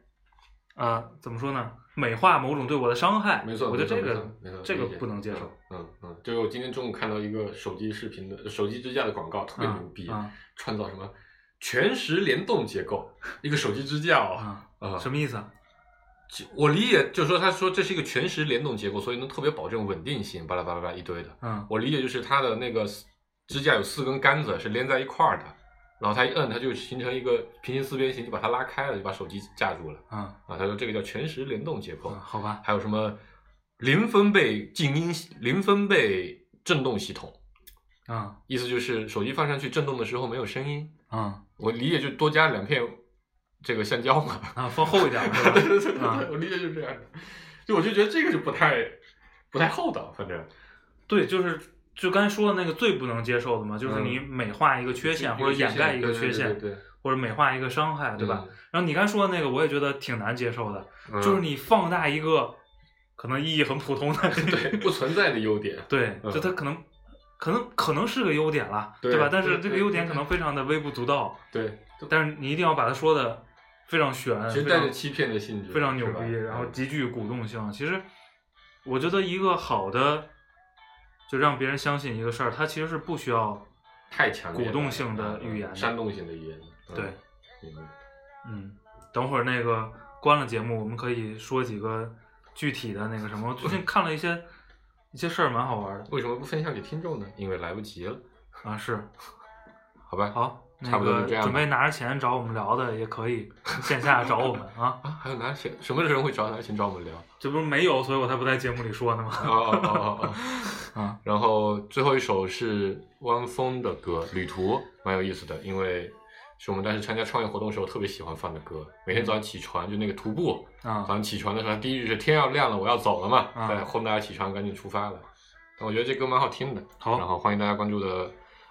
S2: 呃怎么说呢，美化某种对我的伤害。
S3: 没错，
S2: 我觉得这
S3: 没错
S2: 个
S3: 没错没错
S2: 这个
S3: 理解
S2: 不能接受。
S3: 嗯嗯，这个我今天中午看到一个手机视频的手机支架的广告，特别牛逼，
S2: 啊
S3: 创造什么全时联动结构，一个手机支架
S2: 啊
S3: 哦，
S2: 啊！
S3: 啊、
S2: 什么意思啊？
S3: 我理解就是说，他说这是一个全时联动结构，所以能特别保证稳定性，巴拉巴拉巴拉一堆的。
S2: 嗯
S3: 我理解就是它的那个支架有四根杆子是连在一块儿的，然后它一摁，它就形成一个平行四边形，就把它拉开了，就把手机架住了。
S2: 嗯
S3: 啊，他说这个叫全时联动结构。
S2: 嗯，好吧，
S3: 还有什么零分贝静音、零分贝震动系统，
S2: 嗯
S3: 意思就是手机放上去震动的时候没有声音。
S2: 嗯
S3: 我理解就多加两片这个橡胶嘛。
S2: 啊，放厚一点
S3: 对 (laughs) 对
S2: 是吧？啊
S3: 对对对，我理解就是这样的。就我就觉得这个就不太不太厚道，反正
S2: 对，就是就刚才说的那个最不能接受的嘛，
S3: 嗯
S2: 就是你美化一个缺陷或者掩盖一个缺
S3: 对
S2: 陷，
S3: 对对
S2: 或者美化一个伤害，
S3: 对
S2: 对吧？？然后你刚才说的那个，我也觉得挺难接受的，
S3: 嗯
S2: 就是你放大一个可能意义很普通的 (laughs)
S3: (laughs) 对不存在的优点，
S2: 对，
S3: 嗯
S2: 就它可能可能可能是个优点啦，
S3: 对
S2: 吧？但
S3: 对
S2: 是这个
S3: 对
S2: 优点
S3: 对
S2: 可能非常的微不足道，
S3: 对，
S2: 但是你一定要把它说的非常悬，
S3: 其实
S2: 嗯非
S3: 带
S2: 常
S3: 着欺骗的性质，
S2: 非常牛
S3: 是吧
S2: 逼，然后
S3: 嗯
S2: 极具鼓动性。其实我觉得一个好的，就让别人相信一个事儿，它其实是不需要
S3: 太强烈了啊嗯
S2: 鼓动性的语言的
S3: 煽动性的语言，嗯
S2: 对，
S3: 明白
S2: 嗯。等会儿那个关了节目，我们可以说几个具体的那个什么。我最近看了一些一些事儿，蛮好玩的
S3: 为什么不分享给听众呢？因为来不及了，
S2: 啊。是，
S3: 好吧？
S2: 好，那
S3: 差不多
S2: 个
S3: 就这样吧
S2: 准备拿着钱找我们聊的也可以线下找我们啊。
S3: 啊，还有拿钱，什么人会找拿钱找我们
S2: (laughs)
S3: 聊？
S2: 这不是没有，所以我才不在节目里说呢吗？
S3: 哦
S2: (laughs)
S3: 哦哦哦哦。
S2: 啊，
S3: 然后最后一首是汪峰的歌《旅途》，蛮有意思的，因为是我们当时参加创业活动的时候特别喜欢放的歌。每天早上起床就那个徒步，
S2: 啊
S3: 早，上起床的时候第一句是天要亮了，我要走了嘛，
S2: 嗯
S3: 在哄大家起床，赶紧出发了。但我觉得这歌蛮好听的，然
S2: 好，
S3: 后欢迎大家关注的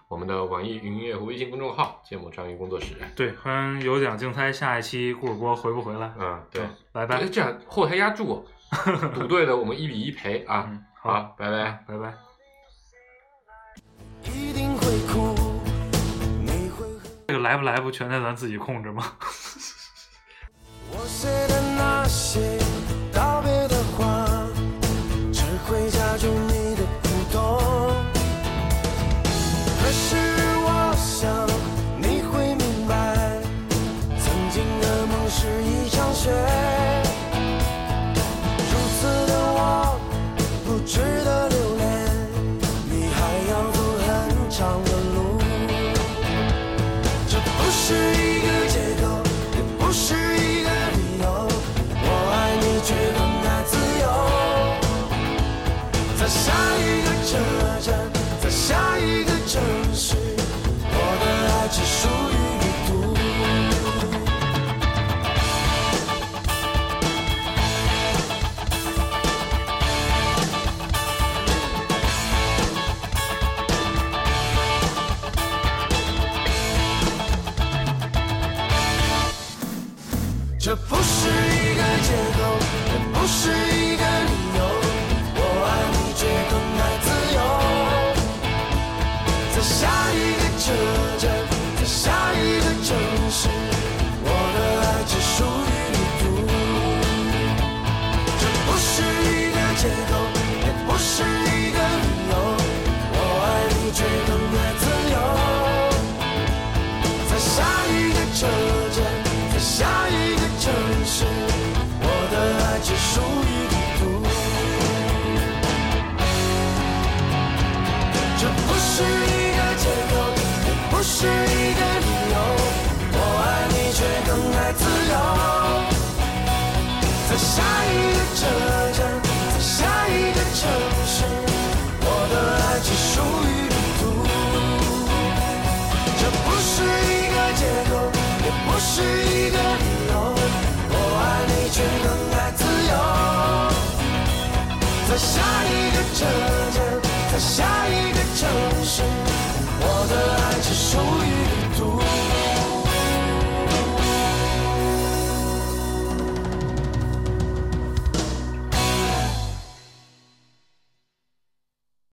S3: 我们的网易云音乐和微信公众号“芥末章鱼工作室”。
S2: 对，欢迎有奖竞猜，下一期顾主播回不回来？
S3: 嗯，对，
S2: 拜
S3: 哎，
S2: 拜。
S3: 这样后台压住
S2: (laughs)
S3: 我，赌对的我们一比一赔啊。
S2: 嗯，好。
S3: 好，拜拜。
S2: 拜拜。
S4: 一定会哭，你会恨
S2: 这个来不来不全在咱自己控制吗？
S4: 我写的那些道别的话，只会加剧你的不痛。可是我想你会明白，曾经的梦是一场雪，如此的我不值得留恋，你还要走很长的路。这不是一个借口，也不是一个理由。我爱你，却更爱自由。在下一个车站，在下一个城市，我的爱只属于旅途。这不是一个借口，也不是一个理由。我爱你，却更爱自由。在下一个车站，在下一个城市，我的爱只属于旅途。这不是一个借口，也不是一个理由。我爱你，却更爱自由。在下一个车站，在下一个城市，我的爱只属于旅途。这不是一个借口，也不是一个理由，我爱你却更爱自由。在下一个车站，在下一个城市，我的爱只属于旅途。这不是一个借口，也不是一个理由。我爱你，却更爱自由。在下一个车站，在下